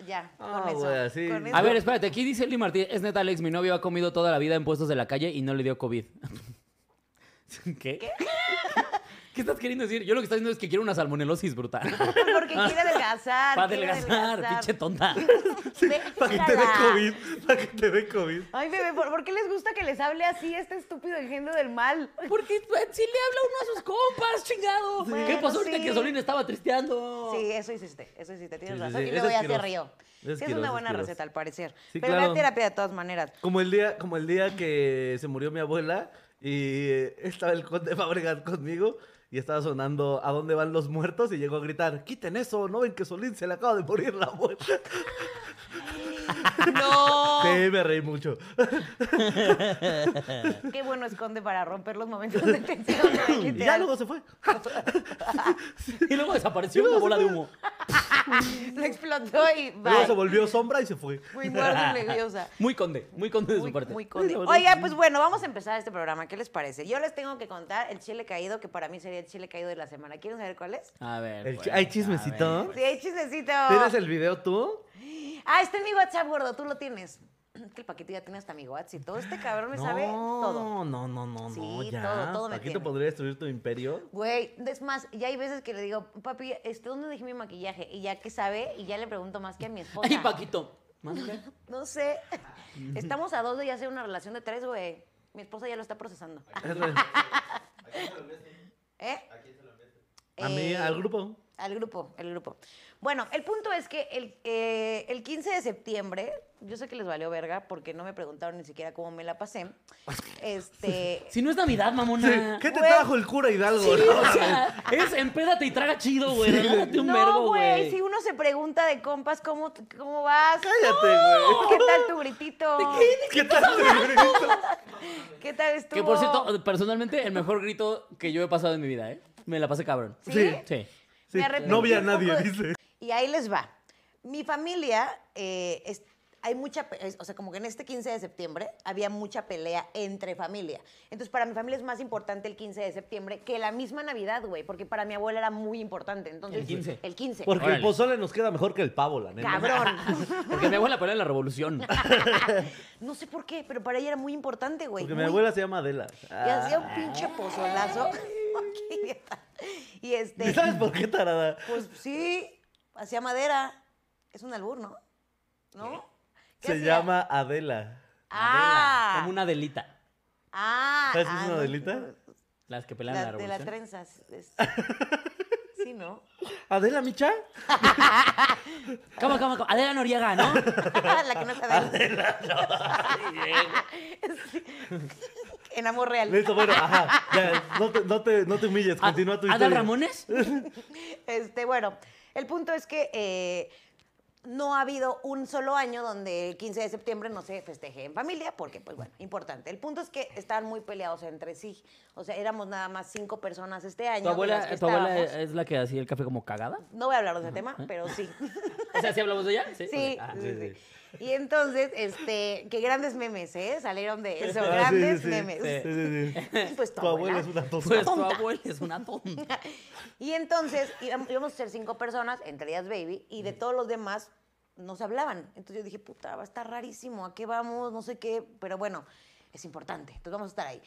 Ya, Ah, con eso. güey, así. con eso. A ver, espérate, aquí dice Eli Martínez, es neta Alex, mi novio ha comido toda la vida en puestos de la calle y no le dio COVID. ¿Qué? ¿Qué? estás queriendo decir? Yo lo que estás diciendo es que quiero una salmonelosis brutal. Porque quiere adelgazar. Para quiere adelgazar, pinche tonta. Para que te dé Déjala. COVID. Para que te dé COVID. Ay, bebé, ¿por, por qué les gusta que les hable así este estúpido engendro del mal? Porque Pues, si le habla uno a sus compas, chingado. Sí. ¿Qué pasó Bueno, ahorita sí. que Solín estaba tristeando? Sí, eso hiciste, eso hiciste, Sí, tienes sí, razón. sí, Y es luego ya se asqueroso. rió. Es Sí, es asqueroso, una es buena asqueroso. receta, al parecer. Sí, Pero ve a claro. terapia de todas maneras. Como el día, como el día que se murió mi abuela y eh, estaba el conde Fabregat conmigo y estaba sonando ¿A dónde van los muertos? y llegó a gritar, quiten eso, no ven que Solín se le acaba de morir la abuela. ¡No! Sí, me reí mucho. Qué bueno esconde para romper los momentos de tensión. güey, Y ya literal. luego se fue. Y luego desapareció una bola de humo. Lo explotó y Luego se va. volvió sombra y se fue. Muy muerta y nerviosa. Muy conde, muy conde de Muy, su parte. muy conde. Sí, la verdad, Oiga, sí. pues bueno, vamos a empezar este programa. ¿Qué les parece? Yo les tengo que contar el chile caído, que para mí sería el chile caído de la semana. ¿Quieren saber cuál es? A ver. El- pues, ¿Hay a chismecito? ver. Sí, hay chismecito. ¿Tienes el video tú? Ah, está en mi WhatsApp, gordo. Tú lo tienes. Es Que el paquete ya tiene hasta mi WhatsApp y todo. Este cabrón me sabe todo. No, no, no, no, no, Sí, ya. todo, todo me Paquito tiene. podría destruir tu imperio. Güey, es más, ya hay veces que le digo, papi, este, ¿dónde dejé mi maquillaje? Y ya que sabe, y ya le pregunto más que a mi esposa. Ay, Paquito. mándale. No sé. Estamos a dos de ya hacer una relación de tres, güey. Mi esposa ya lo está procesando. ¿Eh? A mí, Eh, al grupo. Al grupo, el grupo. Bueno, el punto es que el, eh, el 15 de septiembre, yo sé que les valió verga porque no me preguntaron ni siquiera cómo me la pasé. Este. Si no es Navidad, Sí, mamona. ¿Qué te Güey. trajo el cura Hidalgo? Sí, no? o sea, es empédate y traga chido, güey. Date un verbo, no, güey. güey, si uno se pregunta de compas, ¿cómo, cómo vas? Cállate, güey. ¿Qué tal tu gritito? ¿Qué tal tu grito? ¿Qué tal estuvo? Que por cierto, personalmente, el mejor grito que yo he pasado en mi vida, ¿eh? Me la pasé cabrón. ¿Sí? Sí. Sí, Me arrepentí no vi a un poco nadie, de- dice. Y ahí les va. Mi familia, eh, es- hay mucha, pe- es- o sea, como que en este 15 de septiembre había mucha pelea entre familia. Entonces, para mi familia es más importante el 15 de septiembre que la misma Navidad, güey, porque para mi abuela era muy importante. Entonces, El 15. El 15. Porque Órale. el pozole nos queda mejor que el pavo, la neta. Ah, Cabrón. Porque mi abuela peleó en la revolución. no sé por qué, pero para ella era muy importante, güey. Porque mi muy abuela se llama Adela. Ah, Y hacía un pinche pozolazo. Qué idiota. y ¿Y este, sabes por qué, tarada? pues sí, hacía madera. Es un albur, ¿no? ¿No? ¿Qué Se hacía? llama Adela. Ah. Como una delita. Ah. ¿Sabes qué es ah, una no, Adelita? Las que la- pelean en la de la revolución. trenza. es- sí, ¿no? ¿Adela Micha? Cama, cama, cama. Adela Noriega, ¿no? la que no sabe. Sí. en amor real. Listo, bueno, ajá. Ya, no te, no te, no te humilles, ¿A- continúa tu historia. ¿Adal Ah, Ramones? Este, bueno, el punto es que eh, no ha habido un solo año donde el 15 de septiembre no se festeje en familia, porque, pues bueno, importante. El punto es que estaban muy peleados entre sí. O sea, éramos nada más cinco personas este año. ¿Tu de abuela, las que tu abuela estábamos. es la que hacía el café como cagada? No voy a hablar de ese tema, pero sí. O sea, ¿sí hablamos de ella? Sí. Sí, Ok, ah. sí, sí. Y entonces, este, qué grandes memes, ¿eh? Salieron de eso, Ah, sí, grandes sí, sí, memes. sí, sí, sí. Pues tu, Tu abuela abuela. es una tosa. Pues tu Tonta. abuela es una tonta. Y entonces íbam- íbamos a ser cinco personas, entre ellas Baby, y de todos los demás no se hablaban. Entonces yo dije, puta, va a estar rarísimo, ¿a qué vamos? No sé qué, pero bueno, es importante, entonces vamos a estar ahí.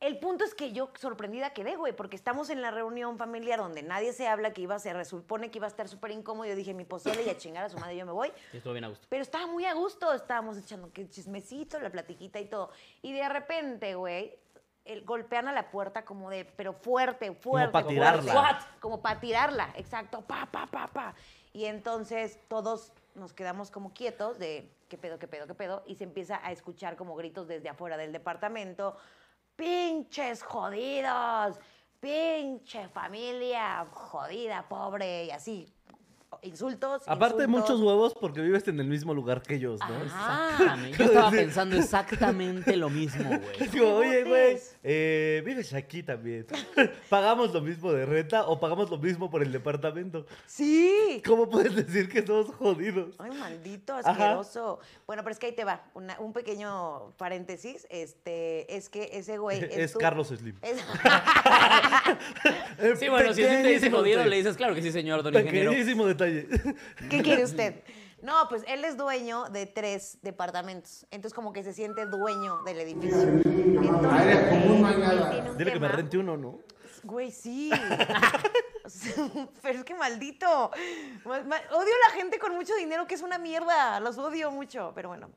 El punto es que yo sorprendida quedé, güey, porque estamos en la reunión familiar donde nadie se habla, que iba a ser, supone que iba a estar súper incómodo. Yo dije, mi pozole y a chingar a su madre, yo me voy. Y estuvo bien a gusto. Pero estaba muy a gusto, estábamos echando que chismecito, la platiquita y todo. Y de repente, güey, el- golpean a la puerta como de, pero fuerte, fuerte. pa' fuerte. tirarla. What? Como para tirarla, exacto, pa, pa, pa, pa. Y entonces todos nos quedamos como quietos de, ¿qué pedo, qué pedo, qué pedo? Y se empieza a escuchar como gritos desde afuera del departamento, pinches jodidos, pinche familia jodida, pobre, y así. Insultos. Aparte, insultos. muchos huevos porque vives en el mismo lugar que ellos, ¿no? Ajá. Exactamente. Ah. Yo estaba pensando exactamente lo mismo, güey. Es como, oye, güey, botes". eh, vives aquí también. ¿Pagamos lo mismo de renta o pagamos lo mismo por el departamento? Sí. ¿Cómo puedes decir que somos jodidos? Ay, maldito, Ajá. asqueroso. Bueno, pero es que ahí te va. una- un pequeño paréntesis. Este, es que ese güey. Es estu- Carlos Slim. es- Sí, bueno, si así te dice Eh, Pequeñísimo jodido, detalle. le dices, claro que sí, señor, don ingeniero. Pequeñísimo detalle. ¿Qué quiere usted? No, pues él es dueño de tres departamentos. Entonces, como que se siente dueño del edificio. Entonces, Aire Ah, común, no hay él nada. tiene un Dile que me tema- rente uno, ¿no? Güey, sí. O sea, Pero es que maldito. Ma- ma- Odio a la gente con mucho dinero, que es una mierda. Los odio mucho, pero bueno.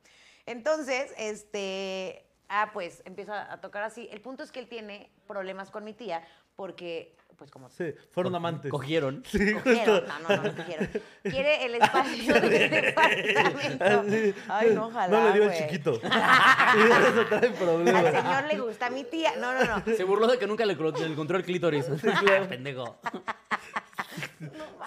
Entonces, este. Ah, pues empiezo a a tocar así. El punto es que él tiene problemas con mi tía, porque, pues como. Sí, fueron amantes. Cogieron. Sí, Quiero, justo. no, no, no, no quiero. Quiere el espacio del Así. departamento. Ay, no, ojalá. No le dio güey. el chiquito. Y eso trae Al problemas. señor le gusta mi tía. No, no, no. Se burló de que nunca le cro- le encontró el clítoris. Pendejo.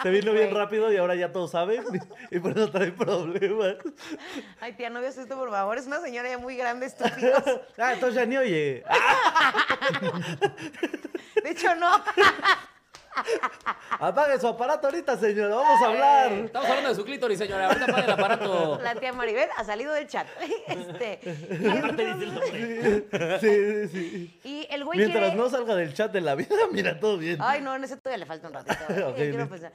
Se vino bien Güey. rápido y ahora ya todos saben. Y por eso trae problemas. Ay, tía, no veas esto, por favor. Es una señora ya muy grande, estúpidos. Ah, entonces ya ni oye. De hecho, no. Apague su aparato ahorita, señora. Vamos a hablar. Estamos hablando de su clítoris, señora. Ahorita apague el aparato. La tía Maribel ha salido del chat. Este, y, entonces- Sí, sí, sí. y el güey Mientras quiere... no salga del chat de la vida, mira, todo bien. Ay, no, en ese todavía le falta un ratito. ¿eh? Ok, Quiero bien. pensar.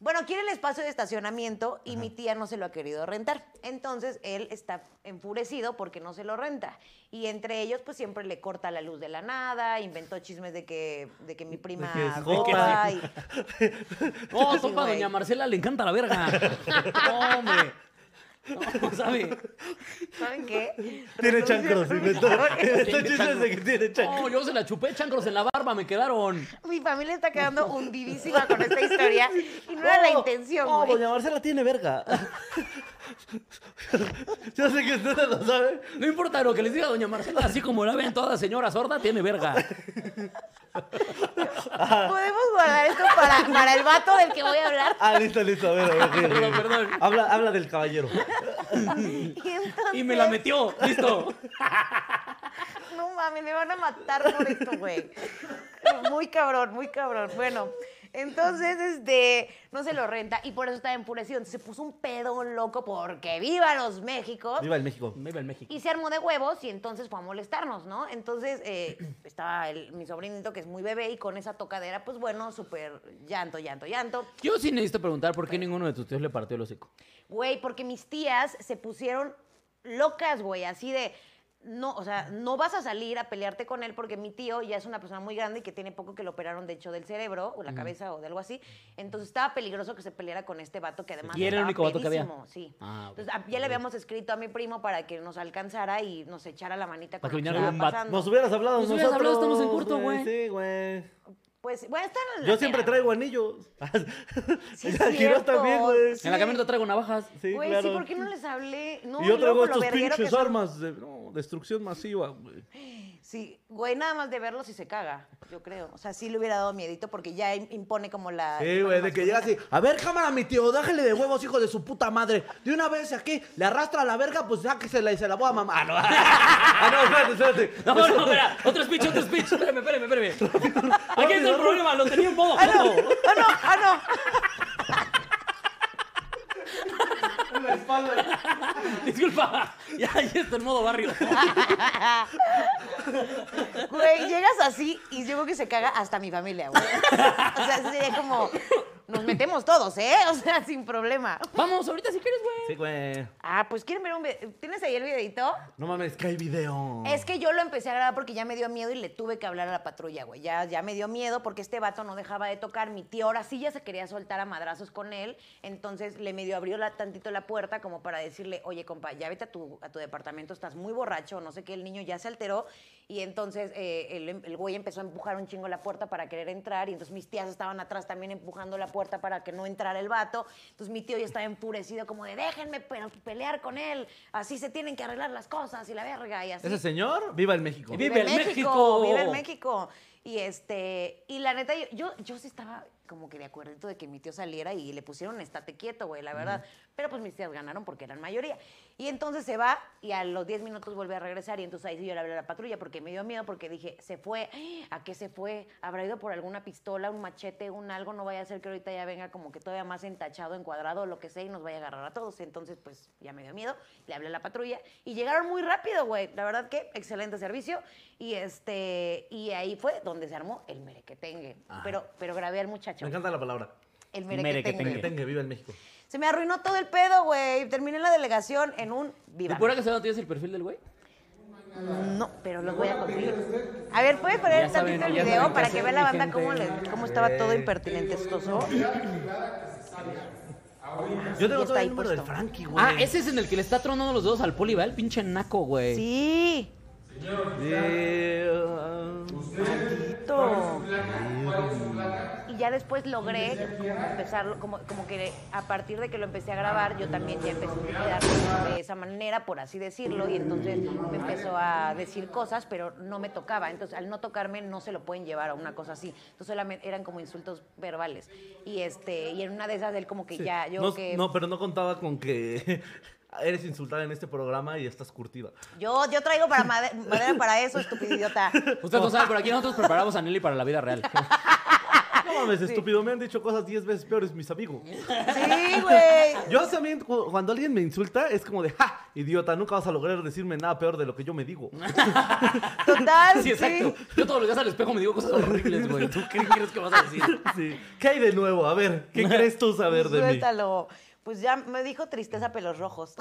Bueno, quiere el espacio de estacionamiento y mi tía no se lo ha querido rentar. Entonces, él está enfurecido porque no se lo renta. Y entre ellos, pues siempre le corta la luz de la nada, inventó chismes de que, de que mi prima que es roba y- No, Sí, topa, güey. doña Marcela le encanta la verga. No, hombre. No, ¿sabe? ¿Saben qué? Tiene Resolución chancros. Inventó, inventó Tiene chistes de que tiene chancros. No, yo se la chupé, chancros en la barba, me quedaron. Mi familia está quedando hundidísima con esta historia y no era la Oh, intención, Oh, güey. doña Marcela tiene verga. Yo sé que ustedes lo saben. No importa lo que les diga doña Marcela, así como la ven toda señora sorda, tiene verga. Podemos guardar esto para, para el vato del que voy a hablar. Ah, listo, listo. A ver, a ver. ok, ok. Perdón, perdón. Habla, habla del caballero. Y entonces, Y me la metió, listo. no mames, me van a matar por esto, güey. Muy cabrón, muy cabrón. Bueno, entonces, este, no se lo renta y por eso estaba enfurecido. Entonces se puso un pedo loco porque viva los México. Viva el México. Me iba al México. Y se armó de huevos y entonces fue a molestarnos, ¿no? Entonces eh, estaba el- mi sobrinito que es muy bebé y con esa tocadera, pues bueno, súper llanto, llanto, llanto. Yo sí necesito preguntar por qué ninguno de tus tíos le partió el hocico. Güey, porque mis tías se pusieron locas, güey, así de. No, o sea, no vas a salir a pelearte con él porque mi tío ya es una persona muy grande y que tiene poco que lo operaron, de hecho, del cerebro o la cabeza o de algo así. Entonces estaba peligroso que se peleara con este vato que además Y era el estaba único vato que había. pedísimo, Sí. Ah, ok. Entonces, a- ya le habíamos escrito a mi primo para que nos alcanzara y nos echara la manita Para con que lo viniera estaba un vato. pasando. Nos hubieras hablado Nos hubieras nosotros. hablado, estamos en corto, güey. Sí, güey. Pues, bueno, está en la Yo siempre pera. traigo anillos. Sí, es Ya, Quiroz cierto. también, güey. En la camioneta traigo navajas. Sí, Güey, claro. sí, ¿por qué no les hablé? No, y yo luego traigo lo estos verguero que pinches son. armas de no, destrucción masiva, güey. Sí, güey, nada más de verlo si se caga, yo creo. O sea, sí le hubiera dado miedito porque ya im- impone como la. Sí, güey, de que llega así. A ver, cámara, mi tío, déjale de huevos, hijo de su puta madre. De una vez aquí, le arrastra a la verga, pues ya que se la, se la voy a mamar. Ah, no, Ah, no, espérate, espérate. No, no, espera. Otro speech, otro speech. Espérame, espérame, espérame. Aquí está el problema. Lo tenía en modo ¡Ah, no! foto. ¡Ah, no! ¡Ah, En la espalda. Disculpa. Ya, ya está en modo barrio. no! Güey, llegas así y yo creo que se caga hasta mi familia, güey. O sea, sería como. Nos metemos todos, ¿eh? O sea, sin problema. Vamos, ahorita si quieres, güey. Sí, güey. Ah, pues quieren ver un video. ¿Tienes ahí el videito? No mames, que hay video. Es que yo lo empecé a grabar porque ya me dio miedo y le tuve que hablar a la patrulla, güey. Ya, ya me dio miedo porque este vato no dejaba de tocar. Mi tío ahora sí ya se quería soltar a madrazos con él. Entonces le medio abrió la, tantito la puerta como para decirle, oye, compa, ya vete a tu, a tu departamento, estás muy borracho, no sé qué, el niño ya se alteró. Y entonces eh, el, el güey empezó a empujar un chingo la puerta para querer entrar. Y entonces mis tías estaban atrás también empujando la puerta para que no entrara el vato. Entonces mi tío ya estaba enfurecido como de, déjenme pe- pelear con él. Así se tienen que arreglar las cosas y la verga y así. Ese señor, viva el México. Viva- Vive el en México! Vive en México. Y este, y la neta, yo, yo, yo sí estaba como que de acuerdito de que mi tío saliera y le pusieron estate quieto, güey, la verdad. Pero pues mis tías ganaron porque eran mayoría. Y entonces se va y a los 10 minutos vuelve a regresar y entonces ahí sí yo le hablé a la patrulla porque me dio miedo porque dije, se fue, ¿a qué se fue? ¿Habrá ido por alguna pistola, un machete, un algo? No vaya a ser que ahorita ya venga como que todavía más entachado, encuadrado, lo que sea y nos vaya a agarrar a todos. Entonces pues ya me dio miedo, le hablé a la patrulla y llegaron muy rápido, güey. La verdad que excelente servicio y este, y ahí fue donde se armó el merequetengue. Pero, pero grabé al muchacho. Me encanta la palabra. El Merequetengue. Que merequetengue. tenga, viva el México. Se me arruinó todo el pedo, güey. Terminé en la delegación en un ¿De viva. pura casualidad no tienes el perfil del güey? No, pero los voy a conseguir. A ver, ¿puedes poner Ya saben, tantito el ya saben video qué para hacer, que vea la mi banda gente. cómo, le- cómo estaba todo impertinente estoso? Yo tengo está todo ahí el número del puesto. Frankie, güey. Ah, ese es en el que le está tronando los dedos al poli, ¿verdad? El pinche naco, güey. Sí. Yeah. Tito. Y ya después logré empezarlo, como, como que a partir de que lo empecé a grabar, yo también ya empecé a cuidarlo de esa manera, por así decirlo, y entonces me empezó a decir cosas, pero no me tocaba. Entonces, al no tocarme, no se lo pueden llevar a una cosa así. Entonces, solamente eran como insultos verbales. Y este y en una de esas, él como que ya, yo no, que... no, pero no contaba con que eres insultada en este programa y estás curtida. Yo, yo traigo para made- madera para eso, estúpido idiota. Usted no sabe, pero aquí nosotros preparamos a Nelly para la vida real. No mames, estúpido, me han dicho cosas 10 veces peores mis amigos. Sí, güey. Yo también, cu- cuando alguien me insulta, es como de, ja, idiota, nunca vas a lograr decirme nada peor de lo que yo me digo. Total, Sí, Ah, sí. exacto. Yo todos los días al espejo me digo cosas horribles, güey. ¿Tú qué crees que vas a decir? Sí. ¿Qué hay de nuevo? A ver, ¿qué crees tú saber de mí? Suéltalo. Pues ya me dijo tristeza pelos rojos.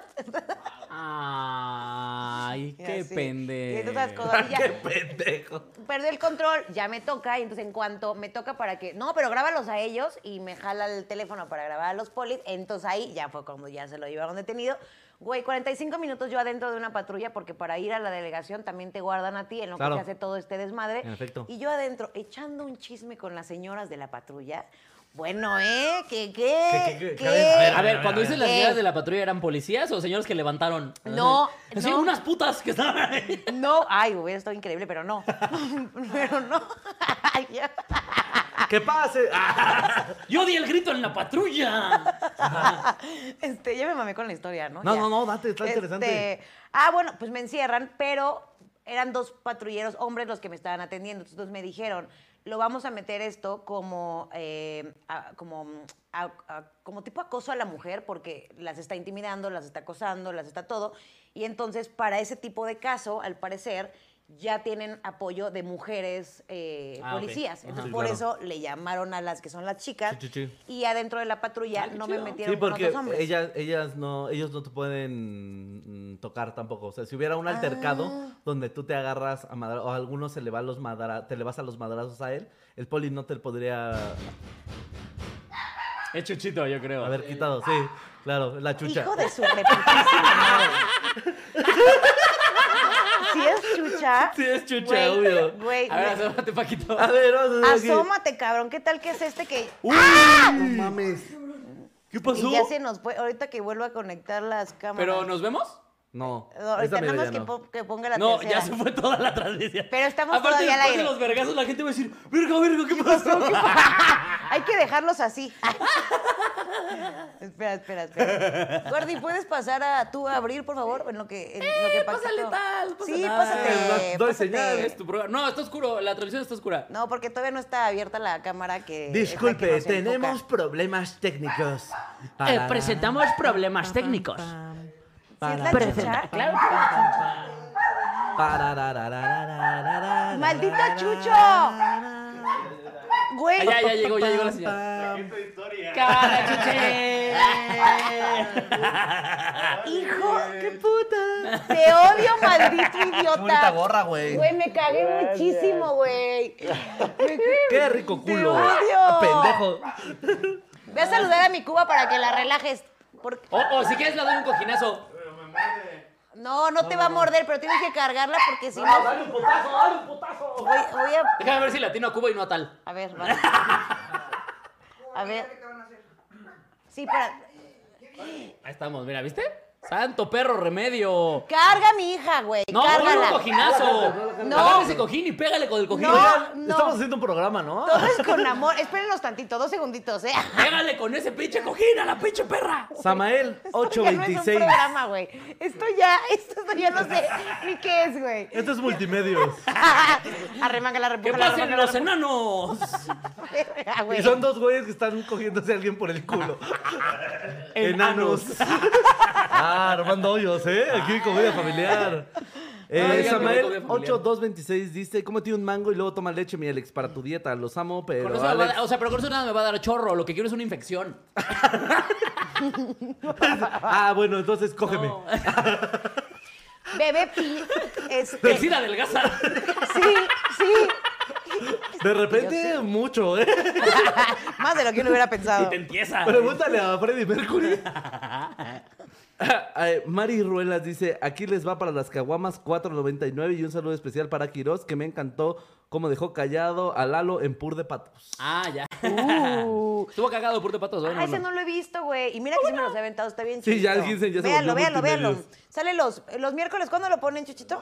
Ay, Y qué así. pendejo. Y todas esas cosas. Y ya ¡Qué pendejo! perdí el control, ya me toca. Y entonces, en cuanto me toca para que. No, pero grábalos a ellos y me jala el teléfono para grabar a los polis. Entonces ahí ya fue cuando ya se lo llevaron detenido. Güey, 45 minutos yo adentro de una patrulla porque para ir a la delegación también te guardan a ti en lo Claro. que se hace todo este desmadre. En efecto. Y yo adentro echando un chisme con las señoras de la patrulla. Bueno, ¿eh? ¿Qué, qué? ¿Qué, qué, qué? ¿Qué? A ver, a ver, A ver, cuando a ver, dices las a ver. señoras de la patrulla eran policías o señores que levantaron. Eh. No, Sí, no. unas putas que estaban ahí. No, ay, hubiera estado increíble, pero no. pero no. Ay, ya. ¡Que pase! ¡Ah! Yo di el grito en la patrulla. Este, ya me mamé con la historia, ¿no? No, Ya. no, no, date, está interesante. Este, ah, bueno, pues me encierran, pero eran dos patrulleros hombres los que me estaban atendiendo. Entonces me dijeron, lo vamos a meter esto como, eh, a- como, mm, a- a- como tipo acoso a la mujer porque las está intimidando, las está acosando, las está todo. Y entonces para ese tipo de caso, al parecer, ya tienen apoyo de mujeres eh, Ah, ok. policías. Ajá. Entonces Sí, por claro. eso le llamaron a las que son las chicas. Sí, sí, Y adentro de la patrulla Ay, qué no me chido. metieron Sí, con porque otros hombres. ellas, ellas no, ellos no te pueden mm, tocar tampoco. O sea, si hubiera un altercado donde tú te agarras a madra- o a alguno se le va los madra- te le vas a los madrazos a él, el poli no te podría Es chuchito, yo creo. haber quitado. Sí, claro, la chucha. Hijo de su reputísima madre. Si es chucha. Sí, es chucha, güey, obvio. Güey, A ver, güey. asómate, Paquito. A ver, vamos a hacer aquí. asómate, cabrón. ¿Qué tal que es este que ¡Uy! ¡Ah! No mames. ¿Qué y ya se nos fue? Ahorita que vuelva a conectar las cámaras. ¿Pero nos vemos? No. No, Ahorita esta nada mira más ya que, no. po- que ponga la No, tercera. ya se fue toda la transmisión. Pero estamos Aparte, todavía al después aire. de los vergazos, la gente va a decir, verga, verga, ¿qué pasó? Hay que dejarlos así. espera, espera, espera. Gordy, ¿puedes pasar a tú a abrir, por favor? En lo que, en lo que Eh, pasa pásale todo? tal, pasa Sí, tal. pásate. Eh, doy pásate. Es señales, tu programa. No, está oscuro, la transmisión está oscura. No, porque todavía no está abierta la cámara que. es la que Disculpe, nos enfoca. tenemos problemas técnicos. Pararán, Eh, problemas técnicos. ¿Sí es la pararán, chucha? pararararararararararararararararararararararararararararararararararararararararararararararararara. ¡Maldito Chucho! Güey. Ya, ya llegó, ya llegó la señora. Pam, pam. ¡Cara, chuche! Hijo, ¡Qué puta! te odio, maldito idiota. Qué bonita gorra, güey. Güey, me cagué muchísimo, güey. ¡Qué rico Te culo! Ah, odio. ¡Pendejo! Ve a saludar a mi Cuba para que la relajes. Porque... O, o Oh, si quieres, le doy un cojinazo. No, no te va a morder, pero tienes que cargarla porque si no. ¡Dale un potazo, dale un potazo! Voy, voy a. Déjame ver si latino a Cuba y no a tal. A ver, vale. A ver. Sí, para. Ahí estamos, mira, ¿viste? ¡Santo perro remedio! Carga a mi hija, güey. ¡No, dale un cárgala. cojinazo! No. Agarra ese cojín y pégale con el cojín. No. Oigan, no. Estamos haciendo un programa, ¿no? Todo es con amor. Espérenos tantito, dos segunditos, ¿eh? ¡Pégale con ese pinche cojín a la pinche perra! Samael Ya no es un 826. programa, güey. Esto ya, esto ya no sé ni qué es, güey. Esto es multimedios. Arremanga la ¡Que república. pasen los enanos! güey. Y son dos güeyes que están cogiéndose a alguien por el culo. Enanos. ah, armando hoyos, ¿eh? Aquí comida familiar. Eh, Ay, Samael comida familiar. 8226 dice, cómete un mango y luego toma leche, mi Alex, para tu dieta. Los amo, pero Con eso me va a Alex- dar- o sea, pero con eso nada me va a dar chorro. Lo que quiero es una infección. Ah, bueno, entonces cógeme. No. Bebé pi... Este, El sí, SIDA adelgaza. sí. De repente, mucho, ¿eh? Más de lo que uno hubiera Y pensado. te empieza. Ah. Pregúntale a Freddie Mercury. Ay, Mari Ruelas dice, aquí les va para las caguamas 4.99 y un saludo especial para Quiroz, que me encantó cómo dejó callado a Lalo en Pur de Patos. Ah, ya. Uh. Estuvo cagado por de patos. ¿no? Ah, ese no lo he visto, güey. Y mira que sí me los he aventado, está bien Sí, chido. ya el Ginseng ya se Véanlo, volvió véanlo, véanlo. multimedios. Sale los, los miércoles, ¿cuándo lo ponen, Chuchito?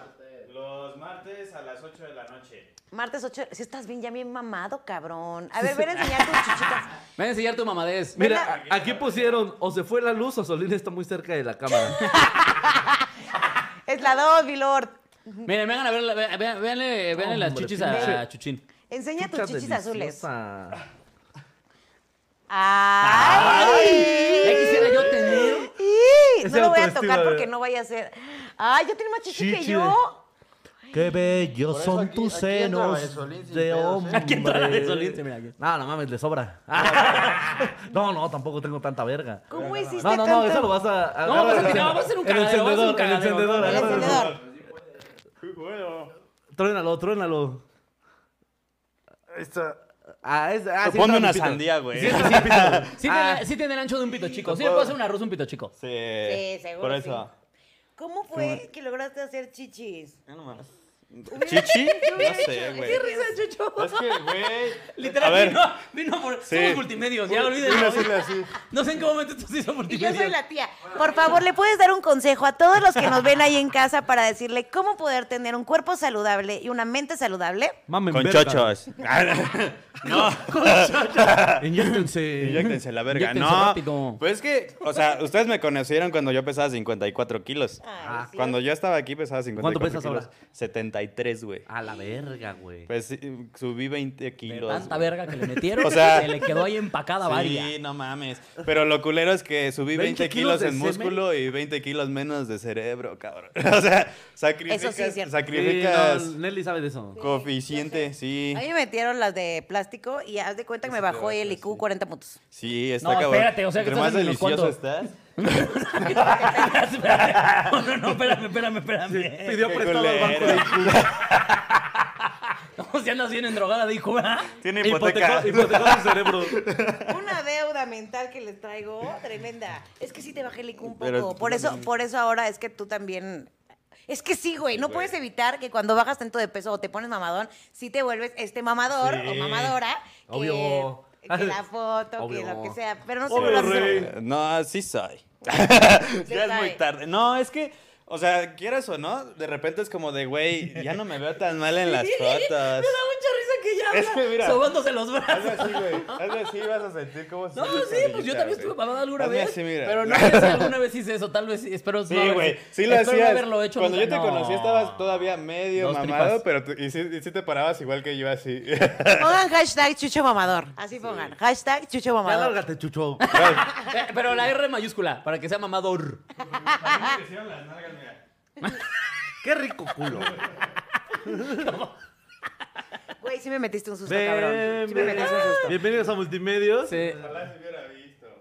Los martes a las 8 de la noche. Martes 8. Si estás bien, ya bien mamado, cabrón. A ver, ven a enseñar tus chuchitas. Ven a enseñar tu mamadez. Mira, a- aquí pusieron, o se fue la luz o Solín está muy cerca de la cámara. Es la 2, mi lord. Miren, vengan a ver, la- ve- ve- véanle, Oh, véanle las Hombre, chichis pinche- a, a Chuchín. Enseña Chucha tus chichis deliciosa. azules. ¡Ay! Ya quisiera yo tener. ¡Ih! Ese No lo voy a autoestima, tocar porque eh. no vaya a ser. ¡Ay, ya tiene más chichi, que Chichi de- yo! Qué bellos Por eso son aquí- tus aquí entra senos Besolín sin de pedos, ¿eh? hombre. Aquí entra Besolín, sí, mira aquí. No, no mames, le sobra. no, no, tampoco tengo tanta verga. ¿Cómo hiciste No, no, no, tanto? eso lo vas a... No, agarra vas a el- tirar, vas a hacer un el cagadero, vas a hacer un encendedor, El cagadero. encendedor, El agárralo. encendedor. Bueno. Truénalo, truénalo. Esta. Ah, es, ah, sí, Ponme entra mi una pito. sandía, güey. Sí, entra mi pito. Sí, Ah. tiene, sí tiene el ancho de un pito chico. Sí, le puedo hacer un arroz un pito chico. Sí, Sí, seguro Por sí. eso. ¿Cómo fue que lograste hacer chichis? Ya nomás. ¿Chichi? No sé, güey. ¡Qué risa, Chucho! Es que, güey. A Literal, ver. vino, vino por... Sí. Somos multimedios, ya Dile olvídenlo. ¿eh? así, dile así. No sé en qué momento esto se hizo Y yo multimedios. soy la tía. Por favor, ¿le puedes dar un consejo a todos los que nos ven ahí en casa para decirle cómo poder tener un cuerpo saludable y una mente saludable? Mamen Con verga. chochos. Ah, no. Inyéctense. Inyéctense la verga. Inyéctense no. rápido. Pues es que, o sea, ustedes me conocieron cuando yo pesaba 54 kilos. Ah, sí. Cuando yo estaba aquí pesaba 54 ¿Cuánto pesas kilos. ahora? Ah, 73, güey. A la verga, güey. Pues sí, subí 20 De kilos. tanta güey. verga que le metieron, O sea- se le quedó ahí empacada Sí, varia. no mames. Pero lo culero es que subí 20 20, kilos kilos, de en semen. músculo y 20 kilos menos de cerebro, cabrón. O sea, sacrificas, Eso sí es cierto. sacrificas Sí, no, Nelly sabe de eso. coeficiente, sí. A mí me metieron las de plástico y haz de cuenta que me bajó el IQ 40 puntos. Sí, está No, cabrón. espérate, o sea, que Entre estás más en menos delicioso cuánto. estás. Espérate. No, no, no, espérame, espérame, espérame. Pidió Qué prestado al banco culero. de Cuba. No, si andas bien endrogada, dijo, ¿verdad? Tiene hipoteca. Hipotecó, hipotecó su cerebro. Una deuda mental que les traigo, oh, tremenda. Es que sí te bajé el IQ un poco. Pero tú por eso, por eso ahora es que tú también. Es que sí, güey. No güey. puedes evitar que cuando bajas tanto de peso o te pones mamadón, sí te vuelves este mamador o mamadora. que- Obvio. Que, la foto, que Obvio. lo que sea. Pero no Sí. sé. rey. No, sí soy. Sí ya es sabe. muy tarde. No, es que, O sea, quieras o no, de repente es como de, güey, ya no me veo tan mal en las fotos. Me da mucha risa que ya Es que habla mira, sobándose los Hazle brazos. así, güey. Hazle así, vas a sentir cómo se No, siente sí, esa pues yo orillita, también estuve güey. mamada alguna Hazme vez. así, mira. Pero no sé si alguna vez hice eso, tal vez sí, espero no Sí, haber- güey. Sí lo espero no hacías. haberlo hecho Cuando yo nunca. te No. conocí estabas todavía medio Dos tripas. mamado, pero tú- y, sí, y sí te parabas igual que yo así. Pongan hashtag Chucho Mamador. Así pongan. Hashtag Chucho Ya Mamador. lárgate, Chucho. Eh, Pero la R mayúscula, para que sea mamador. Qué rico culo. Güey, sí me metiste un susto, Ven, cabrón. Sí me ven. metiste un susto. Bienvenidos a Multimedios. Sí.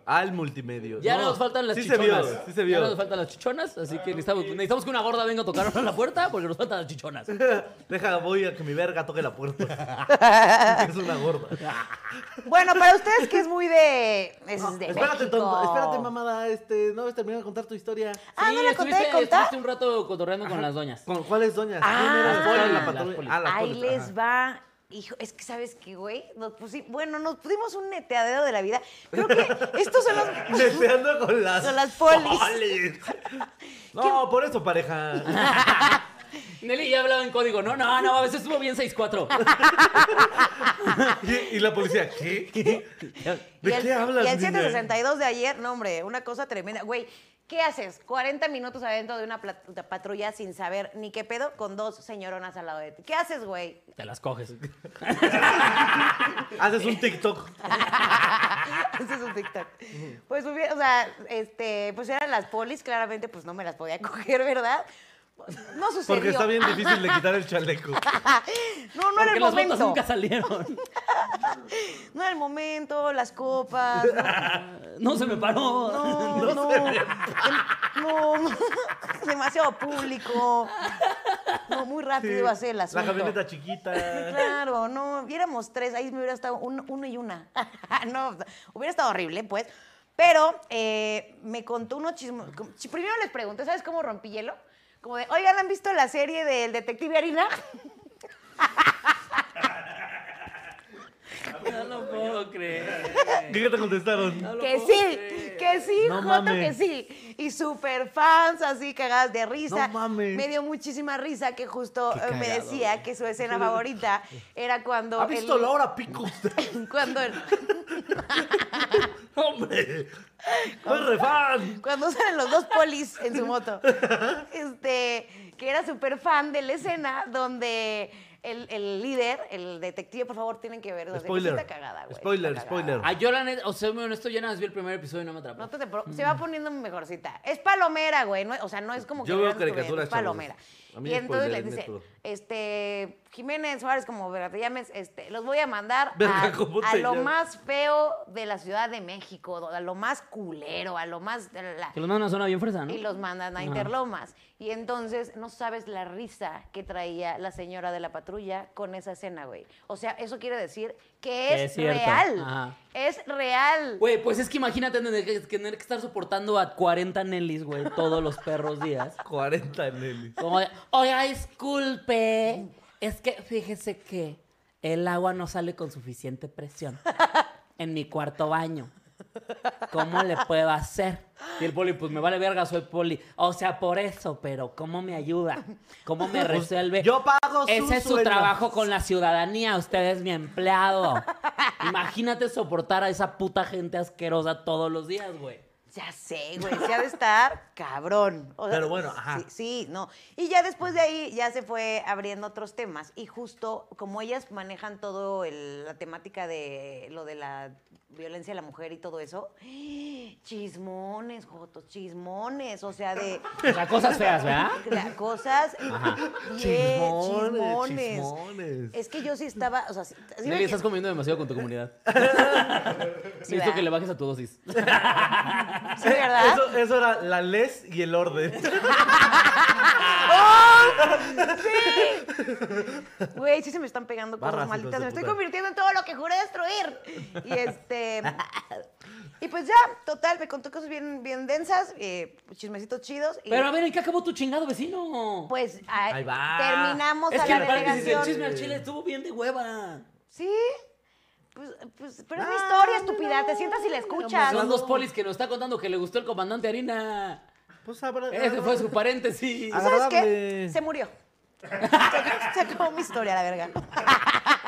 Al Multimedios. Ya No, nos faltan las sí chichonas. Se vio, sí se Ya nos vio. faltan las chichonas, así que necesitamos, necesitamos que una gorda venga a tocarnos a la puerta porque nos faltan las chichonas. Deja, voy a que mi verga toque la puerta. es una gorda. Bueno, para ustedes que es muy de. Es de Espérate, México. tonto, espérate, mamada, este, no vas a terminar de contar tu historia. Ah, no Sí, la conté de estuviste- contar. Estuviste un rato cotorreando con las doñas. ¿Con cuáles doñas? Ah, ¿Quién era las que estaba polis, las en patrulla? polis. Ah, las Ahí polis, les ajá. va. Hijo, es que sabes qué, güey. Nos pusi- bueno, nos pusimos un neteadero de la vida. Creo que estos son los. Deseando con las, Con las polis. polis. No, por eso, pareja. Nelly ya hablaba en código. No, no, no, a veces estuvo bien 6-4. Y, y la policía, ¿qué? y ¿De el- qué hablas, Y el niña? 762 de ayer, no, hombre, una cosa tremenda. Güey, ¿qué haces? 40 minutos adentro de una plat- de patrulla sin saber ni qué pedo con dos señoronas al lado de ti. ¿Qué haces, güey? Te las coges. Haces un TikTok. Ese es un TikTok. Pues hubiera, o sea, este, pues eran las polis, claramente, pues no me las podía coger, ¿verdad? No sucedió. Porque está bien difícil de quitar el chaleco. No, no Porque era las el botas momento. nunca salieron. No era el momento, las copas. no- No se me paró. No, no. Dem- No, demasiado público. No, muy rápido Sí. iba a ser el asunto. La camioneta chiquita. Claro, no, viéramos tres, ahí me hubiera estado un- uno y una. no, hubiera estado horrible, pues. Pero eh, me contó unos chismos. Primero les pregunté, ¿sabes cómo rompí hielo? Como de, oigan, ¿han visto la serie del detective Harina? No lo puedo creer. ¿Qué te contestaron? No lo Que puedo sí, creer. que sí, No Joto, que mames. sí. Y super fans, así cagadas de risa. No mames. Me dio muchísima risa que justo Qué eh, me cagado, decía que su escena favorita era cuando. ¿Ha el- visto la hora pico usted? Cuando, el- ¡Hombre! ¡Soy refan! cuando salen los dos polis en su moto. Este, que era súper fan de la escena donde el, el líder, el detective, por favor, tienen que ver. donde- Spoiler. Está cagada, güey, está Spoiler, cagada. spoiler. Ah, yo la neta, o sea, me honesto, yo nada más vi el primer episodio y no me atrapó. No te- te- se va poniendo mejorcita. Es palomera, güey. no- o sea, no es como que. Yo veo vean tu vida, caricaturas, Es palomera. chavos. A mí Y entonces les spoilerenme dice, todo. este, Jiménez Suárez, como verdad te llames, este, los voy a mandar Verga, a, ¿cómo a te lo llamas? más feo de la Ciudad de México, do- a lo más culero, a lo más. la- Que los mandan a una zona bien fresa, ¿no? y los mandan a Ajá. Interlomas. Y entonces no sabes la risa que traía la señora de la patrulla con esa escena, güey. O sea, eso quiere decir que Que es, es cierto. real. Ajá. Es real. Güey, pues es que imagínate tener que, tener que estar soportando a 40 Nellies, güey, todos los perros días. 40 Nelly. Como de, oiga, disculpe, es que fíjese que el agua no sale con suficiente presión en mi cuarto baño. ¿Cómo le puedo hacer? Y el poli, pues me vale verga, soy poli. O sea, por eso, pero ¿cómo me ayuda? ¿Cómo me resuelve? Yo pago su Pues, Ese es su sueldo. trabajo con la ciudadanía, usted es mi empleado. Imagínate soportar a esa puta gente asquerosa todos los días, güey. Ya sé, güey, se ha de estar cabrón. O sea, Pero bueno, ajá. Sí, sí, no. Y ya después de ahí ya se fue abriendo otros temas. Y justo como ellas manejan todo el- la temática de lo de la violencia de la mujer y todo eso, chismones, Joto, chismones. O sea, de O sea, cosas feas, ¿verdad? cla- cosas bien chismones. Chismones, chismones. Es que yo sí estaba, o sea, sí- sí me Nelly, que- estás comiendo demasiado con tu comunidad. sí, Necesito ¿verdad? que le bajes a tu dosis. Sí, ¿verdad? Eso, eso era la les y el orden. Güey, sí se me están pegando Barras, cosas hijos malditas. de Me estoy puta. convirtiendo en todo lo que juré destruir. Y este. y pues ya, total, me contó cosas bien, bien densas, eh, chismecitos chidos. Y Pero a ver, ¿en qué acabó tu chingado vecino? pues ahí Ahí va. terminamos es Pues, a que la el paréntesis el delegación. chisme al chile estuvo bien de hueva. Sí. Pues, pues, pero es una No, historia no, estúpida. no. Te sientas y la escuchas. Son dos polis que nos está contando que le gustó el comandante Harina. Pues habrá- Ese fue su paréntesis. Ah. ¿Sabes qué? Agradable. Se murió. Se acabó mi historia, la verga.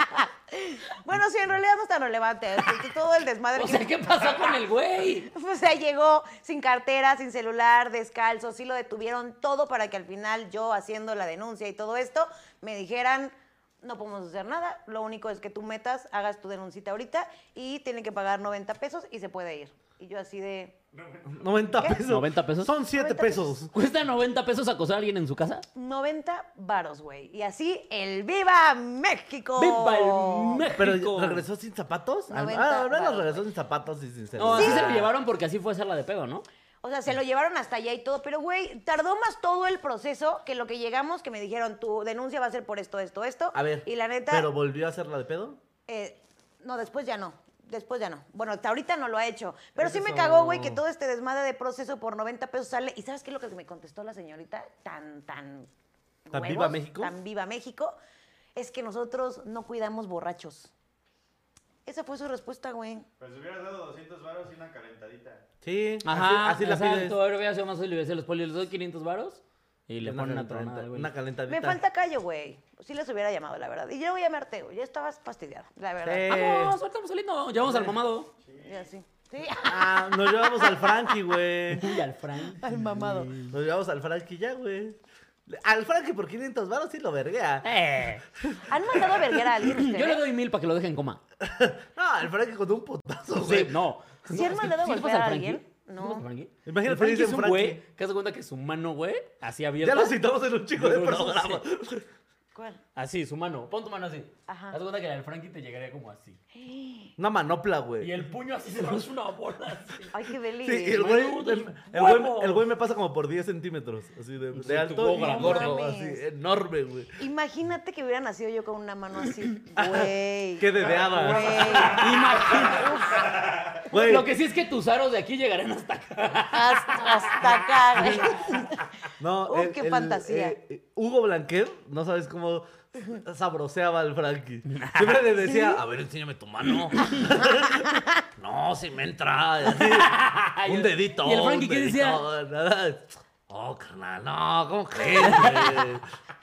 bueno, sí, en realidad no es tan relevante. Todo el desmadre O que sea, ¿qué pasó con el güey? O sea, llegó sin cartera, sin celular, descalzo, sí lo detuvieron todo para que al final yo haciendo la denuncia y todo esto me dijeran, no podemos hacer nada, lo único es que tú metas, hagas tu denuncita ahorita y tienen que pagar 90 pesos y se puede ir. Y yo así de, 90 ¿Qué? pesos. 90 pesos. Son 7 90 pesos. pesos. ¿Cuesta 90 pesos acosar a alguien en su casa? 90 varos, güey. Y así, el Viva México. ¡Viva el México! Pero regresó sin zapatos. Al- 90 Ah, al menos varos, regresó sin zapatos y sin No, celular. así se lo llevaron porque así fue hacerla de pedo, ¿no? O sea, se lo llevaron hasta allá y todo, pero güey, tardó más todo el proceso que lo que llegamos, que me dijeron, tu denuncia va a ser por esto, esto, esto. A ver. Y la neta... ¿Pero volvió a hacerla de pedo? Eh, no, después ya no. Después ya no. Bueno, hasta ahorita no lo ha hecho. Pero Es sí me eso. cagó, güey, que todo este desmadre de proceso por 90 pesos sale. ¿Y sabes qué es lo que me contestó la señorita? Tan, tan. ¿Tan viva México? Tan viva México. Es que nosotros no cuidamos borrachos. Esa fue su respuesta, güey. Pues hubieras dado 200 varos y una calentadita. Sí. Ajá, así, así la exacto. pides. Ahora hubiera sido más fácil, le hubiera dicho, los polis, les doy 500 varos y le ponen una calenta- tronada, güey. una calentadita. Me falta callo, güey. Sí les hubiera llamado, la verdad. Y yo voy a llamarte, güey. Ya estabas fastidiada, la verdad. Sí. ¡Vamos! Ahorita vamos saliendo. Llevamos Eh. al mamado. Ya sí. Sí. Ah, nos llevamos al Frankie, güey. Y al Frank. Al mamado. Nos llevamos al Frankie ya, güey. Al Frankie por 500 baros sí lo ah. verguea. Eh, ¿Han mandado a verguer a alguien ustedes? Yo le doy mil para que lo deje en coma. No, al Frankie con un potazo, Sí, güey. no. ¿Sí No, han es que mandado ¿sí le golpear pasa al a Frankie? alguien? ¿Sí le No. pasa al Frankie? Imagínate, El Frankie dicen es un Frankie. güey que hace cuenta que su mano, güey, así abierta. Ya lo citamos en un chico de No, no, programa. ¿Cuál? Así, su mano. Pon tu mano así. Ajá. Haz cuenta que la del Frankie te llegaría como así. Una manopla, güey. Y el puño así se hace una bola así. Ay, qué delirio. Sí, y el güey, Menudo el, el huevo. güey, el güey me pasa como por 10 centímetros, así de, de Sí, tu alto. bogra, y- gordo. no, así, enorme, güey. Imagínate que hubiera nacido yo con una mano así, güey. Qué dedeada. Güey. Imagínate. Güey, Lo que sí es que tus aros de aquí llegarán hasta acá. Hasta, hasta acá, güey. no, Oh, Uf, qué fantasía. eh, eh, Hugo Blanquer, no sabes cómo sabroseaba al Frankie. Siempre le decía, a ver, enséñame tu mano. no, si me entra. así, y un el- dedito. y el Frankie, un ¿qué decía? dedito, nada. Oh, carnal, no, ¿cómo crees, güey?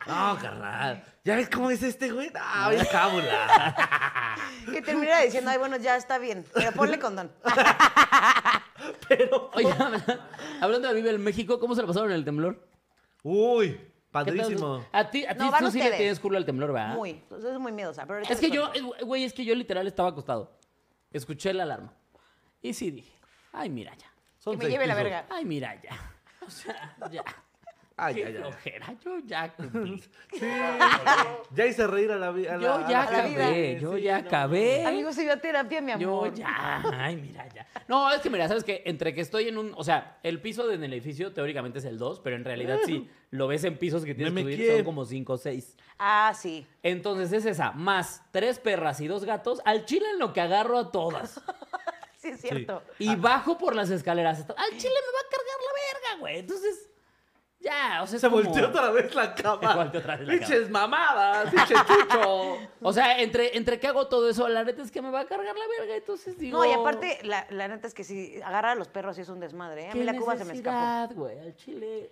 No, carnal. ¿Ya ves cómo es este, güey? Ah, bien cábula. Que terminara diciendo, ay, bueno, ya está bien, pero ponle condón. Ah. Oye, habla- hablando de Vive el México, ¿cómo se lo pasaron en el temblor? Uy, ¿Qué tal? padrísimo. A ti, a ti No, van tú sí le ustedes. tienes culo al temblor, ¿verdad? Muy, entonces es muy miedosa. Pero ahorita Es que les yo, cuento. eh, güey, es que yo literal estaba acostado. Escuché la alarma. Y sí dije, ay, mira ya. Son Que me seis lleve la pisos. verga. Ay, mira ya. O sea, ya. Ay, Qué ya, ya. flojera, yo ya cumplí. Ya hice reír a la vida. Yo ya a la vida. acabé, yo ya acabé. Amigos, se dio a terapia, mi Yo amor. ya, ay, mira, ya. No, es que mira, sabes que entre que estoy en un. O sea, el piso de- en el edificio teóricamente es el 2, pero en realidad Mm. sí lo ves en pisos que tienes Me que subir, mequé. son como 5 o 6. Ah, sí. Entonces es esa, más tres perras y dos gatos, al chile en lo que agarro a todas. Sí, es cierto. Y bajo por las escaleras. hasta- Al chile me va a cargar la verga, güey. Entonces, ya, o sea, es Se como- volteó otra vez la cama. Se volteó otra vez la Pinches mamadas, pinches chucho. O sea, entre, entre que hago todo eso, la neta es que me va a cargar la verga. Entonces digo. No, y aparte, la, la neta es que si agarrar a los perros sí es un desmadre. ¿eh? A mí ¿qué la cuba se me escapó. necesidad, güey, al chile.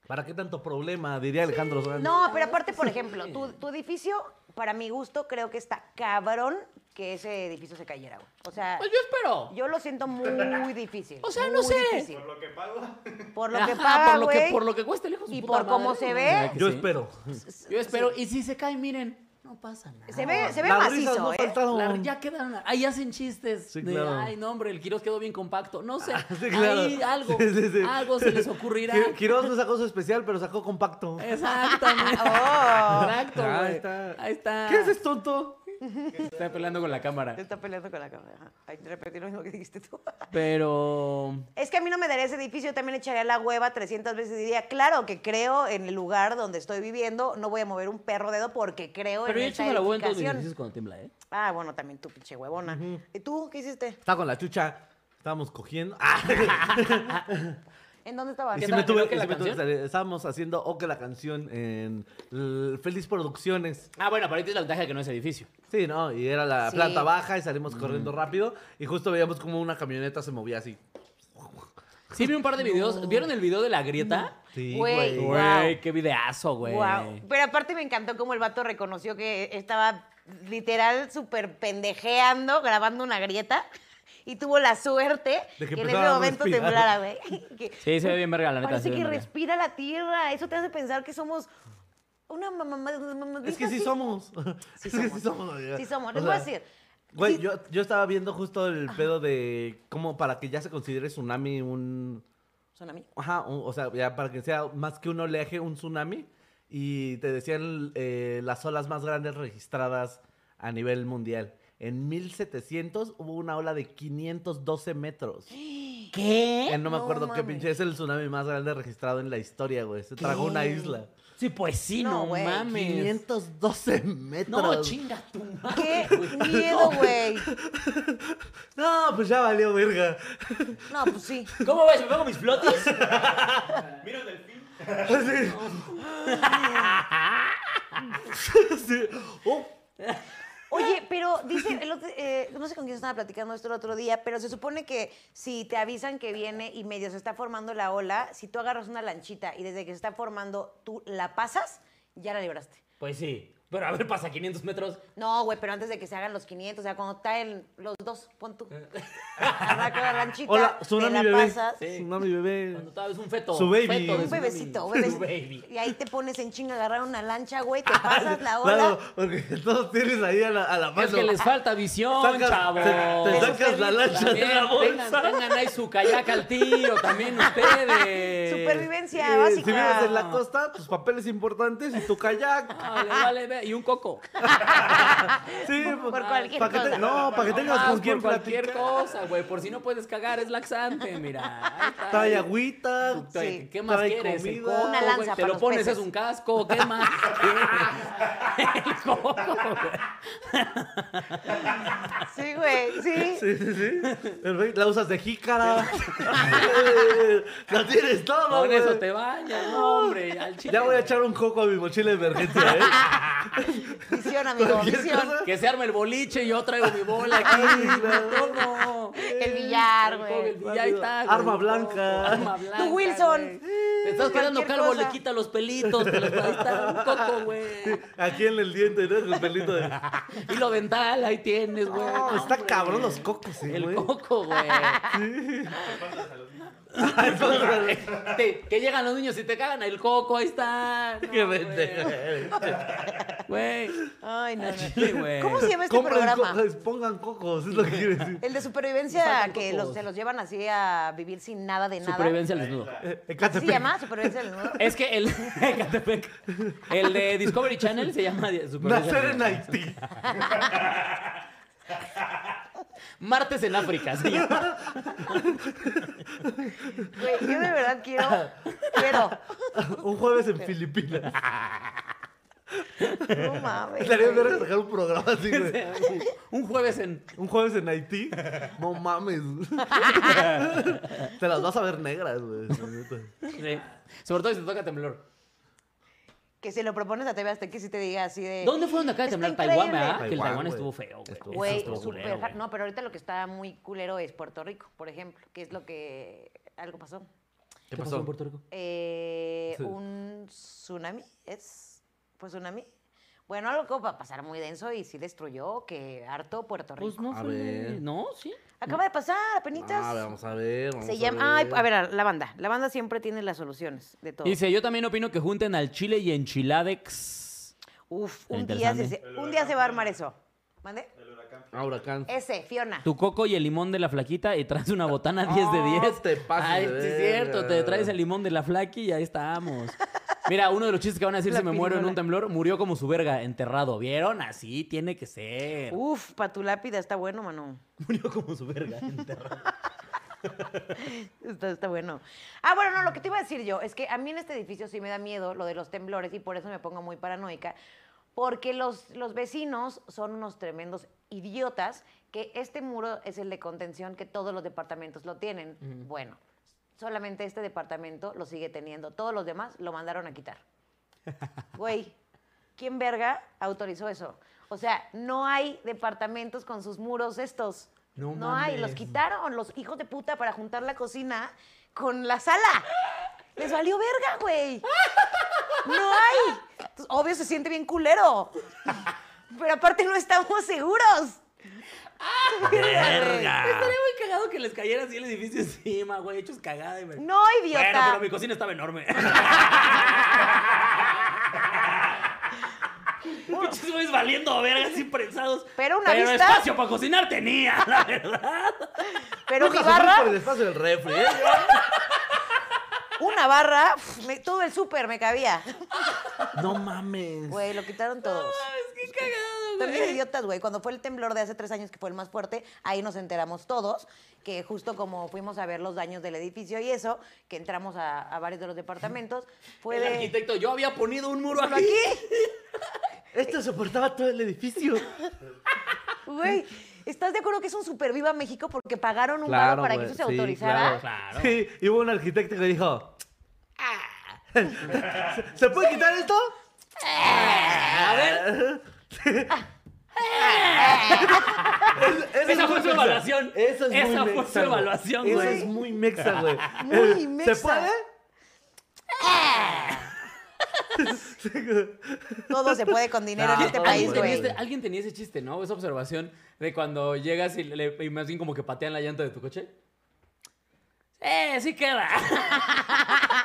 ¿Para qué tanto problema? Diría Alejandro Sanz. No, pero aparte, por ejemplo, tu, tu edificio, para mi gusto, creo que está cabrón que ese edificio se cayera, güey. O sea... Pues yo espero. Yo lo siento muy difícil. O sea, muy no sé. difícil. Por lo que pago. Por lo que Ajá, paga, por lo que güey. Por lo que cuesta el hijo de su y puta por cómo madre, se güey. ve. O sea que Yo sí. espero. Yo espero. Y si se cae, miren, no pasa nada. Se ve, se ve Las risas macizo, no ¿eh? faltaron. La- ya quedaron. Ahí hacen chistes. Sí, de, claro. Ah, Ay, no, hombre, el Quiroz quedó bien compacto. No sé. Sí, claro. Ahí algo. Sí, sí, sí. Algo se les ocurrirá. Qui- Quiroz no sacó su especial, pero sacó compacto. Exactamente. Oh. Exacto, Ah, güey. está. Ahí está. ¿Qué haces, tonto? Está peleando con la cámara. Está peleando con la cámara. Ay, te repetí lo mismo que dijiste tú. Pero. Es que a mí no me daría ese edificio, yo también echaría la hueva 300 veces y diría, claro que creo en el lugar donde estoy viviendo, no voy a mover un perro dedo porque creo Pero yo en he esta hecho la huevo en todos mis edificación. edificios cuando tiembla, ¿eh? Ah, bueno, también tú, pinche huevona. ¿Y tú qué hiciste? Estaba con la chucha. Estábamos cogiendo. Ah, ¿En dónde estabas? y sí tal? me ¿Creo tuve, que y la sí me tuve que canción? salir. Estábamos haciendo o que la canción en l- Feliz Producciones. Ah, bueno, pero ahí tienes la ventaja de que no es edificio. Sí, ¿no? Y era la Sí. planta baja y salimos corriendo rápido. Y justo veíamos como una camioneta se movía así. Sí, vi un par de videos. ¿Vieron el video de la grieta? Sí, Güey. güey. Güey, qué videazo, güey. Wow. Pero aparte me encantó cómo el vato reconoció que estaba literal súper pendejeando grabando una grieta y tuvo la suerte De que que, en ese empezara a momento respirar. temblara, güey. Que- Sí, se ve bien verga, la neta. se ve Parece que bien verga. respira la tierra. Eso te hace pensar que somos una mamá. Es que sí somos. Sí es que sí somos. somos. amiga. Sí somos. O Les voy a sea, decir. Güey, sí- yo, yo estaba viendo justo el pedo de cómo para que ya se considere tsunami un... Tsunami. Ajá, un- o sea, ya para que sea más que un oleaje, un tsunami. Y te decían eh, las olas más grandes registradas a nivel mundial. En 1700 hubo una ola de 512 metros. ¿Qué? Ya no me No acuerdo qué mames. pinche. Es el tsunami más grande registrado en la historia, güey. Se tragó una isla. Sí, pues sí, No, no, güey, mames. 512 metros. No, chinga tu madre. Qué miedo, güey. No, pues ya valió verga. No, pues sí. ¿Cómo ves? ¿Me pongo mis flotis? Mira el delfín. Así. Sí. Oh, Oye, pero dice, el otro- eh, no sé con quién estaba platicando esto el otro día, pero se supone que si te avisan que viene y medio se está formando la ola, si tú agarras una lanchita y desde que se está formando tú la pasas, ya la libraste. Pues sí. Pero a ver, pasa 500 metros. No, güey, pero antes de que se hagan los 500, o sea, cuando traen los dos, pon tú. Arranca la lanchita, Eh. Hola, te la tsunami bebé. pasas. Sí. Tsunami bebé. Cuando todavía es un feto. Su baby. feto de Un su bebecito, baby. bebé. Su baby. Y ahí te pones en chinga a agarrar una lancha, güey, te pasas la ola. Claro, porque todos tienes ahí a la, a la mano. Es que les falta visión, Sacas- chavo. te, te Pero sacas la feliz. lancha de la También bolsa. tengan, tengan ahí su kayak al tiro, también ustedes. Supervivencia Eh, básica. Si vives en la costa, tus papeles importantes y tu kayak. Vale, vale, ve- y un coco. Sí, Por pues, cualquier pa' que te- cosa. no, para que tengas Más con quién Ah, por cualquier platicar. cosa, güey. Por si no puedes cagar, es laxante, mira. Ahí está. Trae agüita. Trae- Sí. ¿Qué más Trae quieres? El comida. coco, Una güey, lanza Te para lo los pones, peces. es un casco. ¿Qué más? quieres? el coco, güey. Sí, güey, sí. Sí, sí, sí. Perfecto. La usas de jícara. Eh, la tienes todo, Con güey. eso te bañas, no, hombre. Al chile. Ya voy a echar un coco a mi mochila de emergencia, ¿eh? Visión, amigo, Cualquier visión. cosa. Que se arme el boliche y yo traigo mi bola aquí. Todo. El billar, El güey. billar, ahí está, güey. Arma blanca. Arma blanca, Tu Wilson. güey. Te estás quedando Cualquier calvo, cosa. le quita los pelitos. Te los, ahí está un coco, güey. Aquí en el diente, ¿no? El pelito de. Hilo dental, ahí tienes, güey. No, No, está hombre. cabrón los cocos, ¿eh, El güey. coco, güey. Te- que llegan los niños y te cagan el coco, ahí está. No, Qué güey. pendejo. Güey. Ay, no, no. Sí, güey. ¿Cómo se llama este Compren programa? cocos, pongan cocos, es lo que quiere decir. Eh, El de Faltan supervivencia que cocos. los, se los llevan así a vivir sin nada de nada. Supervivencia al desnudo. Eh, ¿Así Ecatepec. se llama? ¿Supervivencia del nudo? Es que el. Catepec. el de Discovery Channel se llama Di- Supervivencia Nacer al en desnudo. Haití. Martes en África, se llama. Güey, yo de verdad quiero, quiero. Un jueves en Filipinas. No mames. Estaría bien sacar un programa así, güey. Un jueves en. Un jueves en Haití. No mames. Te las vas a ver negras, güey. la neta. sí. Sobre todo si te toca temblor. Que se lo propones a TV Azteca y si te diga así de... ¿Dónde fue donde acaba de Está temblar Taiwán, increíble. verdad? Que el Taiwán, Taiwán güey. estuvo feo, güey. Estuvo- Eso Güey, estuvo súper culero, hard. güey. No, pero ahorita lo que está muy culero es Puerto Rico, por ejemplo, que es lo que algo pasó. ¿Qué pasó en Puerto Rico? Eh, Sí. Un tsunami, ¿es? Pues tsunami. Bueno, algo va a pasar muy denso y sí destruyó que harto Puerto Rico. Pues no A fue. ver. No, sí. Acaba de pasar, penitas. Ah, vamos a ver. Vamos Se llama. Ay, a ver, la banda. La banda siempre tiene las soluciones de todo. Dice, yo también opino que junten al chile y enchiladex. Uf, Está un día, se, interesante. un día se va a armar eso. ¿Mande? El huracán. Ah, huracán. Ese, Fiona. Tu coco y el limón de la flaquita y traes una botana 10 de 10. te pases Ay, de sí es cierto, te verga. traes el limón de la flaqui y ahí estamos. Mira, uno de los chistes que van a decir La si me muero en pirinola. un temblor, murió como su verga, enterrado. ¿Vieron? Así tiene que ser. Uf, para tu lápida está bueno, mano. Murió como su verga, enterrado. Está, está bueno. Ah, bueno, no, lo que te iba a decir yo es que a mí en este edificio sí me da miedo lo de los temblores y por eso me pongo muy paranoica, porque los, los vecinos son unos tremendos idiotas que este muro es el de contención que todos los departamentos lo tienen. Bueno, solamente este departamento lo sigue teniendo, todos los demás lo mandaron a quitar. Güey, ¿quién verga autorizó eso? O sea, no hay departamentos con sus muros estos. No, No hay, los mames. quitaron los hijos de puta para juntar la cocina con la sala. Les valió verga, güey. No hay. Entonces, obvio se siente bien culero. Pero aparte no estamos seguros. Estaría muy cagado que les cayera así el edificio encima, güey. Hechos cagada y me... No, Bueno, idiota. pero mi cocina estaba enorme. Pinches güeyes valiendo verga así prensados. Pero una Pero vista. espacio para cocinar tenía, la verdad. Pero mi Nunca se fue barra, por el espacio del refri, ¿eh? una barra, pf, me- todo el súper me cabía. No mames. Güey, lo quitaron todos. Es que cagado, También güey. idiotas, güey. Cuando fue el temblor de hace tres años, que fue el más fuerte, ahí nos enteramos todos que justo como fuimos a ver los daños del edificio y eso, que entramos a, a varios de los departamentos, fue El de... arquitecto, yo había ponido un muro aquí. Esto Este soportaba todo el edificio. Güey, ¿estás de acuerdo que es un super viva México porque pagaron un Claro, varo para que güey, eso se sí, autorizara? Claro. Sí, y hubo un arquitecto que dijo... "Ah". ¿Se puede quitar esto? Ah. A ver, Es- eso Esa es fue muy su mexa. evaluación. Eso es Esa fue muy su mexa, güey. evaluación, Eso güey. es muy mexa, güey. Muy Eh, ¿Se mexa. puede? Todo se puede con dinero en No, este todo país, ¿Alguien tenía, güey. este- alguien tenía ese chiste, ¿no? Esa observación de cuando llegas y, le, y más bien como que patean la llanta de tu coche. ¡Eh, sí queda!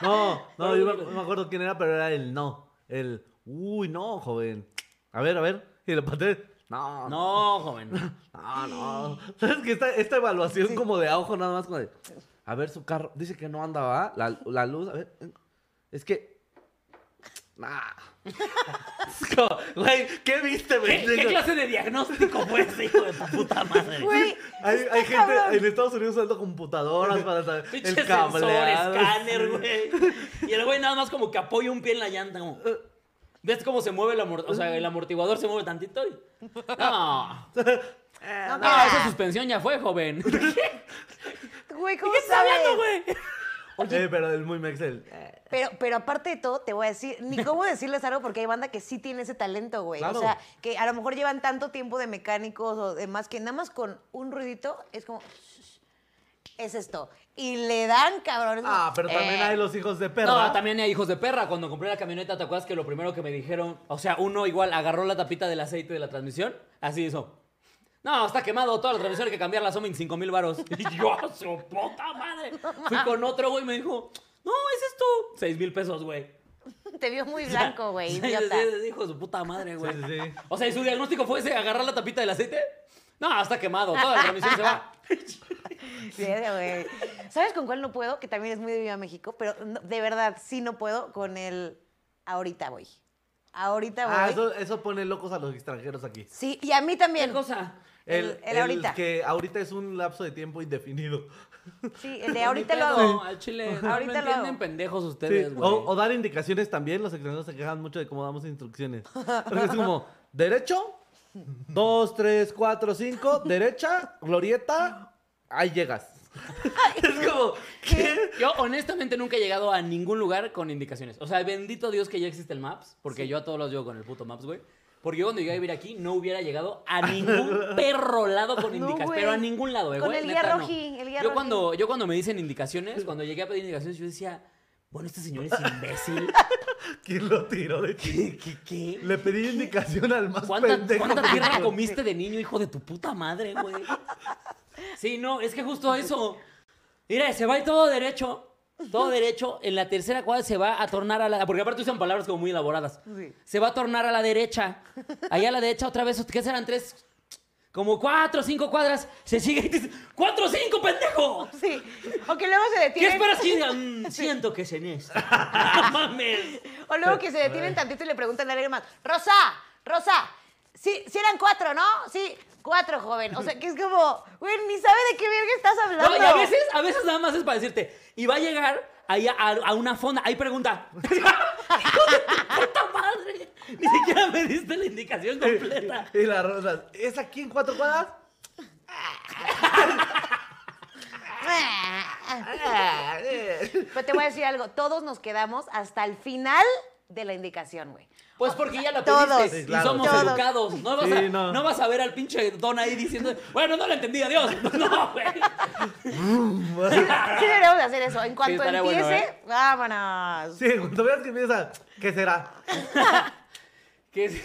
No, no, yo me- no me acuerdo quién era, pero era el no. El, uy, no, joven. A ver, a ver. Y le pateé. No, no, No, joven. no, no. ¿Sabes que esta, esta evaluación como de a ojo nada más como de, a ver su carro, dice que no andaba, la, la luz, a ver, es que, nah. Es como, Güey, ¿qué viste, ¿Qué, güey? qué clase de diagnóstico fue ese, hijo de tu puta madre? Güey, Hay, está hay gente cabrón. en Estados Unidos usando computadoras para saber Pinche el sensor, cableado. escáner, güey. Y el güey nada más como que apoya un pie en la llanta. como, ¿Ves cómo se mueve el amortiguador? O sea, el amortiguador se mueve tantito y... No, No, Ah, no, esa suspensión ya fue, joven. ¿Qué Güey, ¿cómo está sabes? hablando, güey? Eh, pero el muy mexel. Eh, Pero, pero aparte de todo, te voy a decir, ni cómo decirles algo, porque hay banda que sí tiene ese talento, güey. Claro. O sea, que a lo mejor llevan tanto tiempo de mecánicos o demás, que nada más con un ruidito es como, es esto. Y le dan, cabrón. es como, Ah, pero también eh, hay los hijos de perra. No, también hay hijos de perra. Cuando compré la camioneta, ¿te acuerdas que lo primero que me dijeron? O sea, uno igual agarró la tapita del aceite de la transmisión, así hizo. No, está quemado toda la transmisión, hay que cambiarla, son 25 mil varos. Y yo, "A su puta madre. Fui con otro güey y me dijo, no, es esto. 6 mil pesos, güey. Te vio muy blanco, güey, Sí, sí, idiota. sí, sí, hijo de su puta madre, güey. Sí, sí, sí. O sea, y su diagnóstico fue ese, agarrar la tapita del aceite. No, está quemado, toda la transmisión se va. Verga, güey. ¿Sabes con cuál no puedo? Que también es muy de Viva México, pero no- de verdad sí no puedo con el ahorita voy. Ahorita voy. Ah, eso, eso pone locos a los extranjeros aquí. Sí, y a mí también. ¿Qué cosa? El- el ahorita. que ahorita es un lapso de tiempo indefinido. Sí, el de ahorita Ni lo pedo, hago. Al chile, Ahorita ahorita lo no entienden hago. pendejos Sí, ustedes, O, güey. o dar indicaciones también. Los extranjeros se quejan mucho de cómo damos instrucciones. Porque es como, derecho, dos, tres, cuatro, cinco, derecha, glorieta, ahí llegas. es como, ¿qué? Yo honestamente nunca he llegado a ningún lugar con indicaciones. O sea, bendito Dios que ya existe el Maps, porque yo a todos los llevo con el puto Maps, güey. Porque yo cuando llegué a vivir aquí no hubiera llegado a ningún perro lado con No, indicaciones, güey. pero a ningún lado, eh, Con güey. el neta, guía no. roji, el guía yo roji. cuando, yo cuando me dicen indicaciones, cuando llegué a pedir indicaciones, yo decía, bueno, este señor es imbécil. ¿Quién lo tiró de ti? ¿Qué? ¿Qué? qué? Le pedí indicación al más ¿Cuánta, pendejo. cuánta que tierra encontré. comiste de niño, hijo de tu puta madre, güey? Sí, no, es que justo eso. Mira, se va y todo derecho. Todo derecho. En la tercera cuadra se va a tornar a la... Porque aparte usan palabras como muy elaboradas. Sí. Se va a tornar a la derecha. Allá a la derecha otra vez. ¿Qué serán? Tres... Como cuatro, cinco cuadras. Se sigue y dice... ¡Cuatro, cinco, pendejo! Sí. O que luego se ¿Qué detienen. esperas que diga? Mm, siento que es en esta. ¡No mames! O luego que se detienen tantito y le preguntan a alguien más, Rosa, Rosa, sí, sí eran cuatro, ¿no? Sí, cuatro, joven. O sea, que es como, güey, ni sabe de qué verga estás hablando. No, y a veces, a veces nada más es para decirte, y va a llegar ahí a, a una fonda, ahí pregunta. ¡Hijo de tu puta madre! Ni siquiera me diste la indicación completa. Y las rosas, ¿es aquí en cuatro cuadras? Ah, eh. Pero te voy a decir algo, todos nos quedamos hasta el final de la indicación, güey. Pues porque ya lo Todos. pediste. Sí, claro. y somos Todos. educados. No vas, Sí, a, no. no. vas a ver al pinche Don ahí diciendo, bueno, no lo entendí, adiós. No, güey. Sí deberíamos de hacer eso. En cuanto estaría empiece, bueno, ¿eh? vámonos. Sí, cuando veas que empieza, ¿qué será? Que es-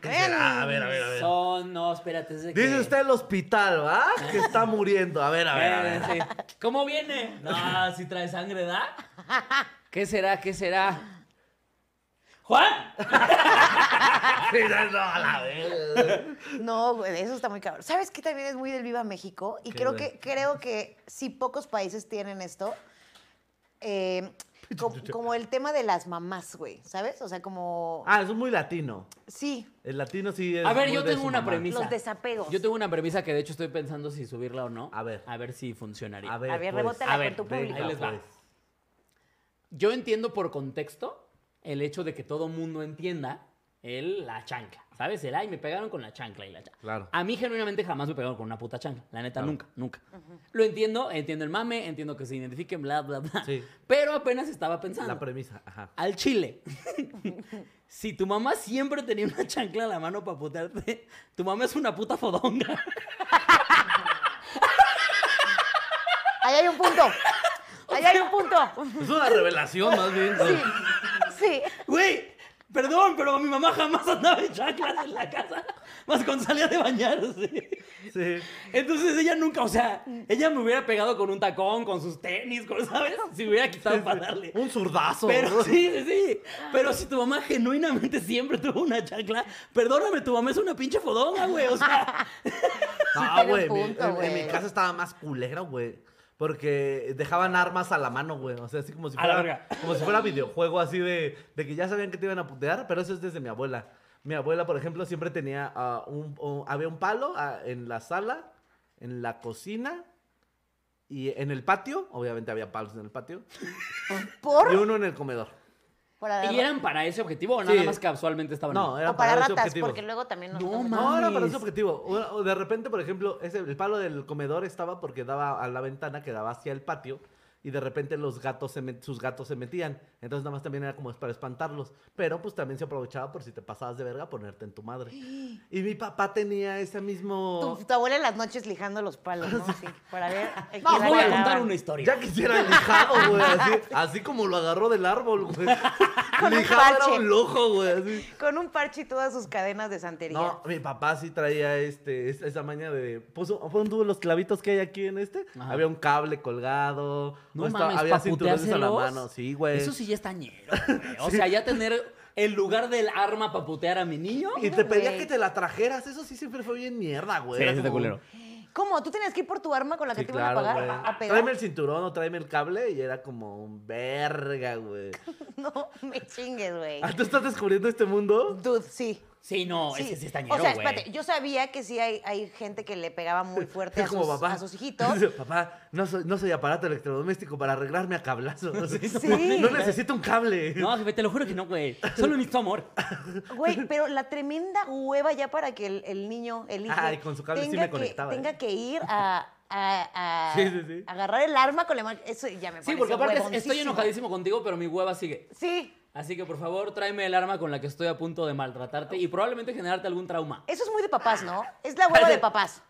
¿Qué será? A ver, a ver, a ver. son, no, espérate. es de que- Dice usted el hospital, ¿va? Que está muriendo. A ver, a ver, a ver. Eh, sí. ¿Cómo viene? No, si trae sangre, ¿da? ¿Qué será? ¿Qué será? ¡Juan! Mira, no, a la vez. No, güey, eso está muy cabrón. ¿Sabes qué también es muy del Viva México? Y ¿Qué, creo güey? que, creo que si pocos países tienen esto, eh, co- como, el tema de las mamás, güey, ¿sabes? O sea, como... Ah, eso es muy latino. Sí, El latino sí es. A ver, muy yo de tengo su una mamá. premisa. los desapegos. Yo tengo una premisa que de hecho estoy pensando si subirla o no. A ver. A ver si funcionaría. A ver, A ver, pues, rebótala A ver, con tu venga, público. ahí les va. pues. Yo entiendo por contexto el hecho de que todo mundo entienda el, la chancla, ¿sabes? El, ay, me pegaron con la chancla y la chancla. Claro. A mí genuinamente jamás me pegaron con una puta chancla, la neta, nunca, nunca. Lo entiendo, entiendo el mame, entiendo que se identifiquen, bla, bla, bla. Sí. Pero apenas estaba pensando. La premisa, ajá. al chile. si tu mamá siempre tenía una chancla a la mano para putearte, tu mamá es una puta fodonga. Ahí hay un punto. Ahí hay un punto. Es una revelación, más bien. ¿no? Sí, sí. Güey, perdón, pero mi mamá jamás andaba en chanclas en la casa, más con salía de bañarse. Sí. Entonces ella nunca, o sea, ella me hubiera pegado con un tacón, con sus tenis, con, ¿sabes? Si me hubiera quitado para darle. Un zurdazo. Pero ¿no? sí, sí, sí. Pero si tu mamá genuinamente siempre tuvo una chancla, perdóname, tu mamá es una pinche fodonga, güey. O sea, Ah, tiene güey. un mi- punto, en, en güey. mi casa estaba más culera, güey. Porque dejaban armas a la mano, güey. O sea, así como si A la fuera, verga. como si fuera videojuego, así de, de que ya sabían que te iban a putear. Pero eso es desde mi abuela. Mi abuela, por ejemplo, siempre tenía ah, un, un- Había un palo ah, en la sala, en la cocina y en el patio. Obviamente había palos en el patio. Y Por... uno en el comedor. por agarrar- ¿y eran para ese objetivo o Sí. nada más casualmente estaban? No, ahí? era o para ese ratas, objetivo. porque luego también nos... No, nos- ma- No, era para Mames. ese objetivo. O- o de repente, por ejemplo, ese, el palo del comedor estaba porque daba a la ventana que daba hacia el patio y de repente los gatos se met- sus gatos se metían. Entonces nada más también era como para espantarlos. Pero pues también se aprovechaba por si te pasabas de verga ponerte en tu madre. Y mi papá tenía ese mismo... Tu, tu abuela en las noches lijando los palos, ¿no? Sí, para ver... No, os voy a contar una un historia. Ya quisiera el lijado, güey. Así, así como lo agarró del árbol, güey. Con un Lijado era parche. un loco, güey. así. Con un parche y todas sus cadenas de santería. No, mi papá sí traía este, es- esa maña de. Puso, pon tú los clavitos que hay aquí en este. Ajá. Había un cable colgado. No o esta- mames, había pa' cinturones a la puteárselos. mano. Sí, güey. Eso sí ya está ñero, güey. O sea, ya tener el lugar del arma para putear a mi niño. Y te pedía güey. que te la trajeras. Eso sí siempre fue bien mierda, güey. Sí, Era sí está como un- culero. ¿Cómo? ¿Tú tenías que ir por tu arma con la que Sí, te claro, iban a güey. pagar? a- ¿A pegar? Tráeme el cinturón o tráeme el cable. Y era como un verga, güey. No me chingues, güey. Ah, ¿Tú estás descubriendo este mundo? Dude, sí. Sí, no, sí. ese sí está ñero, o sea, güey. espérate, yo sabía que sí hay, hay gente que le pegaba muy fuerte a, Es como sus, papá. a sus hijitos. Dice, Papá, no soy, no soy aparato electrodoméstico para arreglarme a cablazo. No, Sí. no necesito un cable. No, jefe, te lo juro que no, güey. Solo necesito amor. Güey, pero la tremenda hueva ya para que el, el niño, el hijo, Ay, con su cable sí tenga me conectaba, Que, ¿eh? tenga que ir a, a- a- Sí, sí, sí. agarrar el arma con la mano. Eso ya me Sí, parece porque aparte estoy huevoncísimo. enojadísimo contigo, pero mi hueva sigue. Sí, Así que por favor, tráeme el arma con la que estoy a punto de maltratarte y probablemente generarte algún trauma. eso es muy de papás, ¿no? Es la hueva de papás.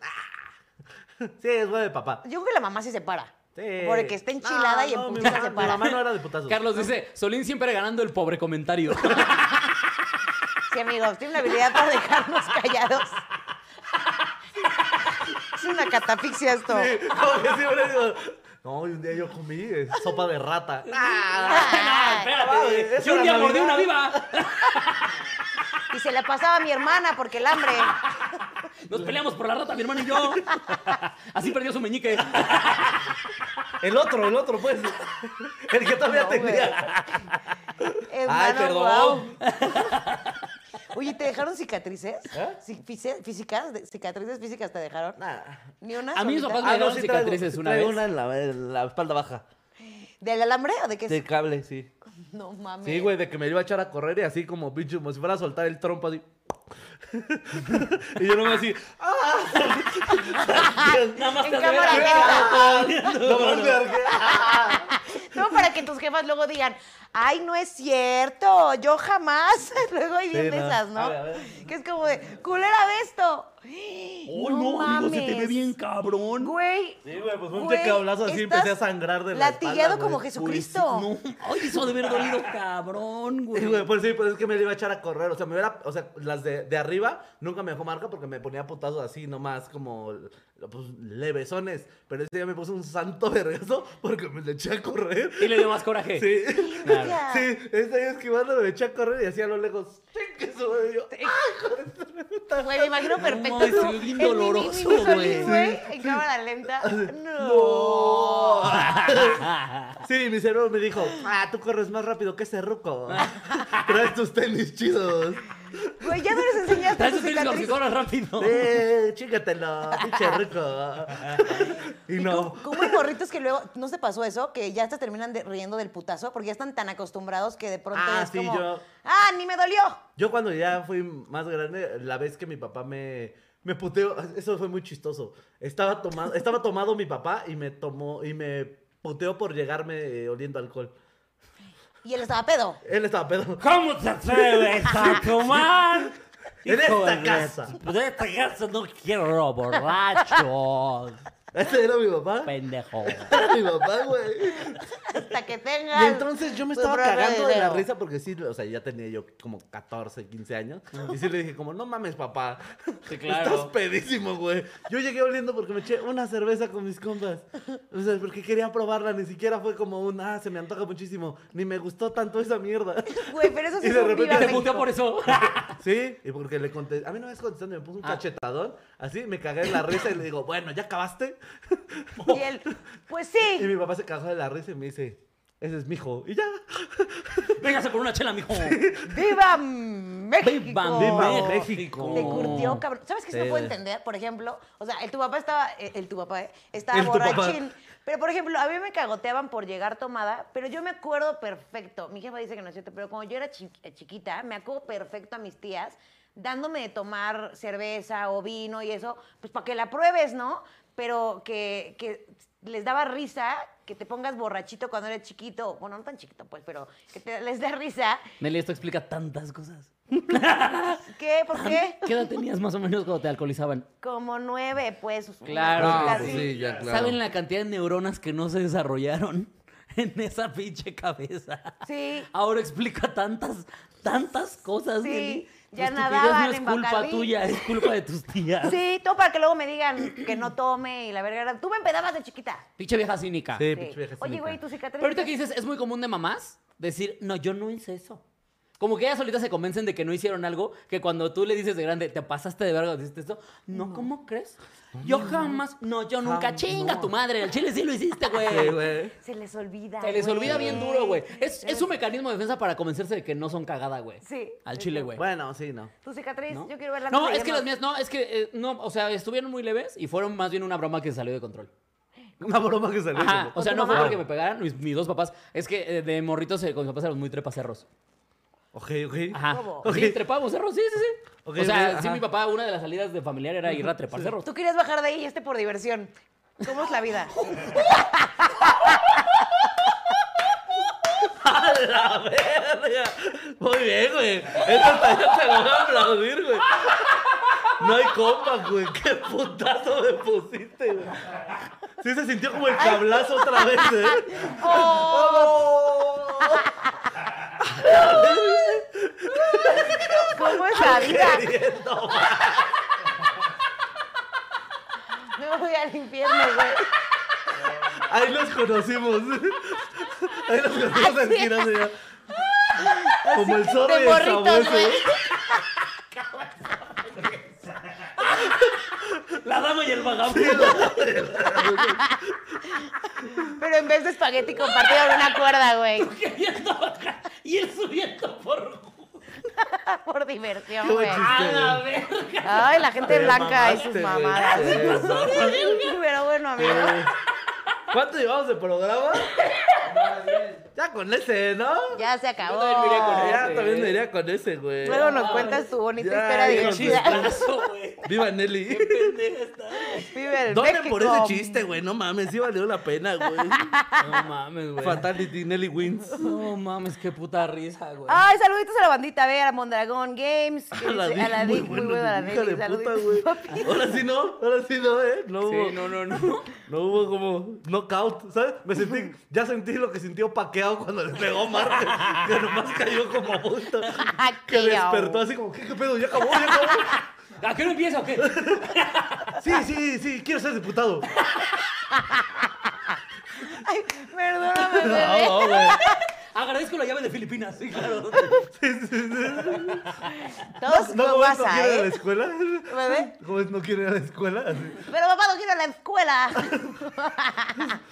Sí, es güey de papá. Yo creo que la mamá sí se para. Sí. Porque está enchilada No, y en no, mi putiza mamá- se mi para. mamá no era de putazos. Carlos dice, Solín siempre ganando el pobre comentario. Sí, amigos, tiene una habilidad para dejarnos callados. Es una catafixia esto. Sí, como que siempre digo, no, y un día yo comí eh, sopa de rata. Espérate, ¿es yo un una día mordí Navidad? una viva. Y se la pasaba a mi hermana porque el hambre. Nos peleamos por la rata, mi hermano y yo. Así perdió su meñique. El otro, el otro, pues. El que todavía No, tenía. Hermano, perdón. guau. Oye, ¿te dejaron cicatrices? ¿Eh? Sí, fisi- ¿Físicas? De- ¿Cicatrices físicas te dejaron? Nada. ¿Ni una? A mí mis solita? papás me dieron cicatrices una Ah, traigo vez. una en la, en la espalda baja. ¿Del alambre o de qué? De cable, sí. No mames. Sí, güey, de que me iba a echar a correr y así como pinche, como si fuera a soltar el trompo así. y yo no me así. ¡Ah! Nada más En te hace cámara ver- lenta. No, no, no. No, para que que tus jefas luego digan, ay, no es cierto, yo jamás. Luego hay bien Sí, de no. esas, ¿no? A ver, a ver. Que es como de, culera de esto. ¡Ay, no, amigo! Se te ve mames. bien cabrón. Güey. Sí, güey, pues fue un Güey, tecablazo así, estás empecé a sangrar de la latillado espalda, como güey. Jesucristo. Pues, No, ay, eso ha de haber dolido cabrón, güey. Sí, güey, pues sí, pues es que me la iba a echar a correr. O sea, me hubiera, o sea, las de, de arriba nunca me dejó marca porque me ponía putazos así nomás como pues, levesones. Pero ese día me puso un santo vergazo porque me le eché a correr. Y le dio más coraje. Sí. Claro. Ya. Sí, ese día esquivando me eché a correr y hacía a lo lejos. "Chingue su madre", y yo, Güey, me imagino No perfecto. mames, tú, se ve bien el mini, mini doloroso, solín, güey. En cámara lenta. No. No. Sí, mi cerebro me dijo, ah, tú corres más rápido que ese ruco. Traes tus tenis chidos. Güey, ya no les enseñaste Traes tu un tenis con los que cicatriz. corras rápido. Eh, chingatelo, pinche ruco. Y no. Como hay morritos que luego, ¿no se pasó eso? Que ya hasta terminan de- riendo del putazo porque ya están tan acostumbrados que de pronto Ah, es sí, como, yo. ah, ni me dolió. Yo cuando ya fui más grande, la vez que mi papá me, me puteó, eso fue muy chistoso. Estaba tomado, estaba tomado mi papá y me tomó y me puteó por llegarme eh, oliendo alcohol. Y él estaba pedo. Él estaba pedo. ¿Cómo te atreves a tomar? En esta Hijo de- casa. En esta casa no quiero borrachos. Ese era mi papá. Pendejo. Era mi papá, güey. Hasta que Y tengas. entonces yo me tu estaba propio cagando de la pues, dinero. risa porque sí, o sea, ya tenía yo como 14, 15 años. Y sí le dije como, no mames, papá. Sí, claro. Estás pedísimo, güey. Yo llegué oliendo porque me eché una cerveza con mis compas. O sea, porque quería probarla. Ni siquiera fue como un, ah, se me antoja muchísimo. Ni me gustó tanto esa mierda. Güey, pero eso sí Y es de un repente ¿Y viva te México. puteó por eso? Sí, y porque le conté, a mí no me contestando, me puso un Ah. cachetadón. Así, me cagué en la risa y le digo, bueno, ¿ya acabaste? México. Y él, pues Y sí. mi papá se cagó de la risa y me dice, ese es mi hijo. Y ya. Véngase por una chela, mijo. ¡Viva México! Viva México. Te curtió, cabrón. ¿Sabes qué? Si no Oh. Sí, puedo güey. entender, por ejemplo, o sea, el tu papá estaba, el, el tu papá, ¿eh? Estaba El tu papá. borrachín. Pero, por ejemplo, a mí me cagoteaban por llegar tomada, pero yo me acuerdo perfecto. Mi jefa dice que no es cierto, pero cuando yo era chi- eh, chiquita, me acuerdo perfecto a mis tías dándome de tomar cerveza o vino y eso, pues para que la pruebes, ¿no? Pero que, que les daba risa que te pongas borrachito cuando eres chiquito, bueno, no tan chiquito, pues, pero que te- les da risa. Nelly, esto explica tantas cosas. ¿Qué? ¿Por qué? ¿Qué edad tenías más o menos cuando te alcoholizaban? Como nueve, pues. Claro. una Ah, cosita pues así. sí, ya, claro. ¿Saben la cantidad de neuronas que no se desarrollaron en esa pinche cabeza? Sí. Ahora explica tantas, tantas cosas, Sí, Nelly. Tu ya estupidez nadaban no es en culpa Bacardí. tuya, es culpa de tus tías. Sí, todo para que luego me digan que no tome y la verga. era, Tú me empedabas de chiquita. Pinche vieja cínica. Sí, Ah, Sí. pinche vieja Oye, cínica. güey, tu cicatriz. Pero ahorita que dices, es muy común de mamás decir, no, yo no hice eso. Como que ellas solitas se convencen de que no hicieron algo, que cuando tú le dices de grande, te pasaste de verga, hiciste esto, no, ¿cómo crees? Yo jamás, no, yo nunca, Jam- chinga no. tu madre, el chile sí lo hiciste, Sí, güey. güey. Se les olvida. Se les güey. olvida bien duro, güey. Es, es un mecanismo de defensa para convencerse de que no son cagada, güey. Sí. Al chile, güey. Bueno, sí, no. Tu cicatriz, ¿No? yo quiero verla. No, antes de es que las irnos. mías, no, es que, eh, no, o sea, estuvieron muy leves y fueron más bien una broma que se salió de control. Una broma que salió. Ajá, o sea, tu no fue mamá? porque me pegaran mis, mis dos papás. Es que eh, de morritos eh, con mis papás éramos muy trepacerros. Ok, ok. Ajá. ¿Cómo? Sí, Ok. trepábamos cerros, sí, sí, sí. Ok, o sea, ok, sí, ajá. mi papá, una de las salidas de familiar era ir a trepar cerros. Tú querías bajar de ahí y este por diversión. ¿Cómo es la vida? Muy bien, güey. Esta talla te la voy a aplaudir, güey. No hay compas, güey. Qué putazo me pusiste, güey. Sí se sintió como el cablazo otra vez, ¿eh? ¿Cómo es la vida? Me voy al infierno, güey. Ahí los conocimos. Ahí los conocimos en giras, güey. Como el zorro y De el ¿eh? morritos, sabueso. güey. La dama y el vagabundo. Pero en vez de espagueti compartido en una cuerda, güey. queriendo bajar y él subiendo por. Por diversión, Qué buen güey. chiste. A la verga. Ay, la gente Te blanca y sus mamaste, güey. Te mamadas. mamaste. Pero bueno, amigo. Eh, ¿Cuánto llevamos de programa? Ya con ese, ¿no? Ya se acabó. también me iría con Ya también me iría con ese, güey. Luego nos cuentas tu bonita Ya, historia hijos de divertida. Chistazo, güey. Viva Nelly. pendeja está. Vive el Donen por ese México. chiste, güey. No mames, sí valió la pena, güey. No mames, güey. Fatality, Nelly wins. No mames, qué puta risa, güey. Ay, saluditos a la bandita, a ver, a Mondragón Games, que A la dice- a la Dick, Dick, muy muy bueno, buena a la hija de Nelly, puta, güey. saluditos, papi. Ahora sí no, ahora sí no, ¿eh? No hubo, Sí, no, no, no. no hubo como knockout, ¿sabes? Me sentí, ya sentí lo que sintió Paqueado cuando le pegó Marte, que nomás cayó como bulto. Que Paqueao. despertó así como, ¿qué, qué pedo? ¿Ya acabó? ¿Ya acabó? ¿A qué no empieza o qué? Sí, sí, sí, quiero ser diputado. Ay, perdóname, bebé. Ah, No, güey. Agradezco la llave de Filipinas, sí, claro. Todos No, güey, con no guasa, quiere ir a la ¿eh? escuela. Bebé. ¿Cómo es no quiere ir a la escuela? Así. Pero papá no quiero ir a la escuela.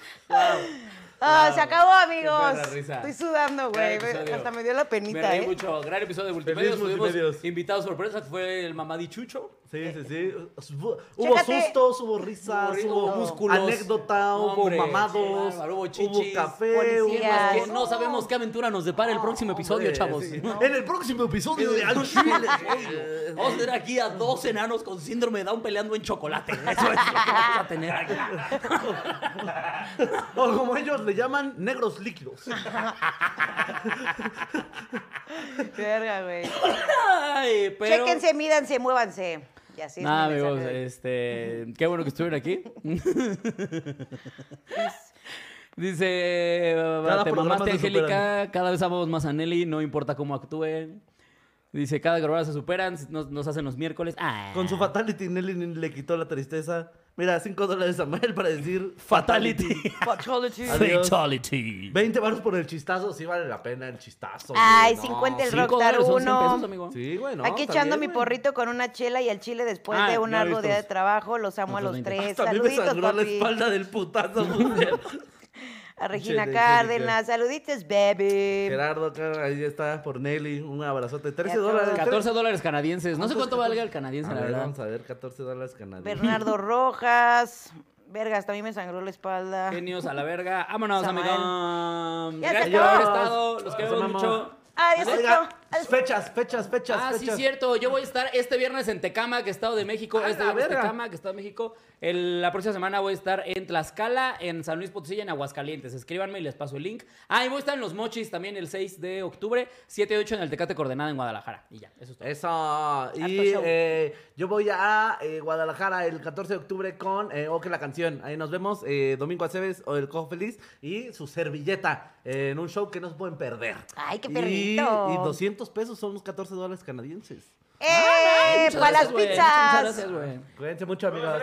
Ah, se acabó, perra amigos. risa. Estoy sudando, Gran güey. episodio. Hasta me dio la Me penita, reí ¿eh? mucho. Gran episodio de Multimedios. Feliz Tuvimos Multimedios. invitado sorpresa, que fue el mamadichucho. Sí, sí, sí. Hubo hubo Chécate. sustos, hubo Ah, risas, Hubo- hubo, hubo músculos. anécdota, No, hubo hombre, mamados, sí, bárbaro, hubo hubo, chichis, café, hubo... policías. Ah, Que no sabemos qué aventura nos depara el próximo episodio, chavos. Sí. En el próximo episodio de Al Chile. Vamos a tener aquí a dos enanos con síndrome de Down peleando en chocolate. Eso es lo que vamos a tener aquí. O como ellos le llaman, negros líquidos. Verga, güey. Ay, pero... Chéquense, mídanse, muévanse. Y así es Nada, mi mensaje amigos, de hoy. este, qué bueno que estuvieron aquí. Dice, Cada te programa mamaste, te Angélica, cada vez amamos más a Nelly, no importa cómo actúen. Dice, cada grabada se superan, nos, nos hacen los miércoles. Ah. Con su fatality, Nelly le quitó la tristeza. Mira, 5 dólares a Mel para decir Fatality. fatality. Adiós. Fatality. 20 baros por el chistazo, sí vale la pena el chistazo. Ay, güey, no. 50 el Cinco Rockstar dólares son cien 1. pesos, amigo. Sí, güey, no, Aquí está echando bien, mi güey. porrito con una chela y al chile después Ah, de un ya he arduo visto día de los- trabajo. Los amo a los los 20. tres. Hasta a mí me Saluditos, sangró la Eh, papi. espalda del putazo. A Regina Chele, Cárdenas. Saluditos, baby. Gerardo, cara, ahí está por Nelly. Un abrazote. 13 Eh, Ya, dólares. 14 dólares canadienses. No sé cuánto ¿Cuántos- valga el canadiense, A la ver, verdad. vamos a ver, 14 dólares canadienses. Bernardo Rojas. Verga, hasta a mí me sangró la espalda. Genios a la verga. Vámonos, Samuel. amigos. Ya se Gracias por haber acabó. estado. Los queremos amamos. mucho. Adiós, Oiga, Héctor. pues, fechas, fechas, fechas, Ah, sí, fechas. cierto. Yo voy a estar este viernes en Tecama, que Estado de México. ¡A este la viernes verga! Tecama, que Estado de México. El- la próxima semana voy a estar en Tlaxcala, en San Luis Potosí y en Aguascalientes. Escríbanme y les paso el link. Ah, y voy a estar en Los Mochis también el 6 de octubre, 7 y 8 en el Tecate Coordenada en Guadalajara. Y ya, eso es todo. Eso. Harto Y show. eh, yo voy a eh, Guadalajara el 14 de octubre con eh, O que la canción. Ahí nos vemos. eh, Domingo Aceves o el Cojo Feliz y su servilleta eh, en un show que no se pueden perder. Ay, qué Y- perrito. Y, 200 pesos son los 14 dólares canadienses. ¡Eh! Muchas ¡Para gracias, Ah, güey. las Muchas pizzas! gracias, güey. Cuídense mucho, amigos.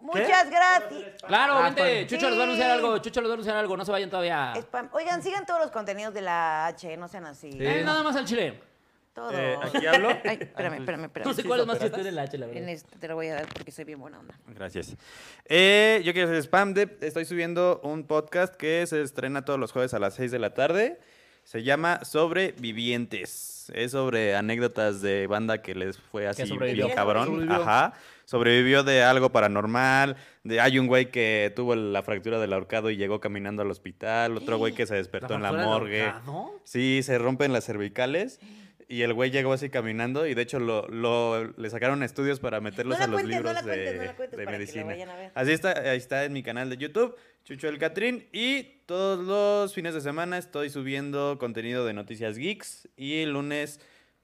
Muchas gracias. Claro, Ah, vente. pues. Chucho les va a anunciar Sí. algo. Chucho les va a anunciar algo. No se vayan todavía. Spam. Oigan, sigan todos los contenidos de la H, no sean así. Sí. Eh, nada más al chile. Todo. Eh, ¿Aquí hablo? Ay, espérame, espérame, espérame. No sé cuál es más chiste de la H, la En verdad. este te lo voy a dar porque soy bien buena onda. Gracias. Eh, yo quiero hacer spam. De, estoy subiendo un podcast que se estrena todos los jueves a las 6 de la tarde. Se llama Sobrevivientes. Es sobre anécdotas de banda que les fue así sobrevivió. bien cabrón. Sobrevivió. Ajá. Sobrevivió de algo paranormal. De, hay un güey que tuvo la fractura del ahorcado y llegó caminando al hospital. Otro güey que se despertó en la factura del morgue. ahorcado? Sí, se rompen las cervicales. Y el güey llegó así caminando y de hecho lo, lo- le sacaron estudios para meterlos No la a los cuentes, no libros la de, cuentes, no la cuentes para que de la medicina. vayan a ver. Así está, ahí está en mi canal de YouTube, Chucho el Catrín. Y todos los fines de semana estoy subiendo contenido de Noticias Geeks. Y lunes,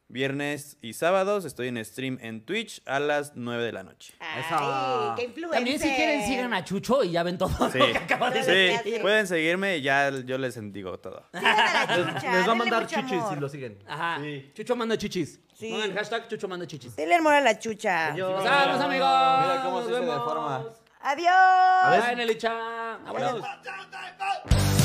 viernes y sábados estoy en stream en Twitch a las 9 de la noche. Ay, Esa. qué influencer. También si quieren sigan a Chucho y ya ven todo Sí, lo que acaba de Todo decir. lo que sí, hace. pueden seguirme y ya yo les digo todo. Sigan a la Les, chucha. les va a denle mandar mucho chichis amor. si lo siguen. Ajá. Sí. Chucho manda chichis. Sí. Pongan el hashtag Chucho manda chichis. Denle amor a la chucha. Nos vemos, amigos. Ah. Mira cómo se Nos hizo de vemos. forma. Adiós. Bye, Nelicha. Vámonos. Adiós.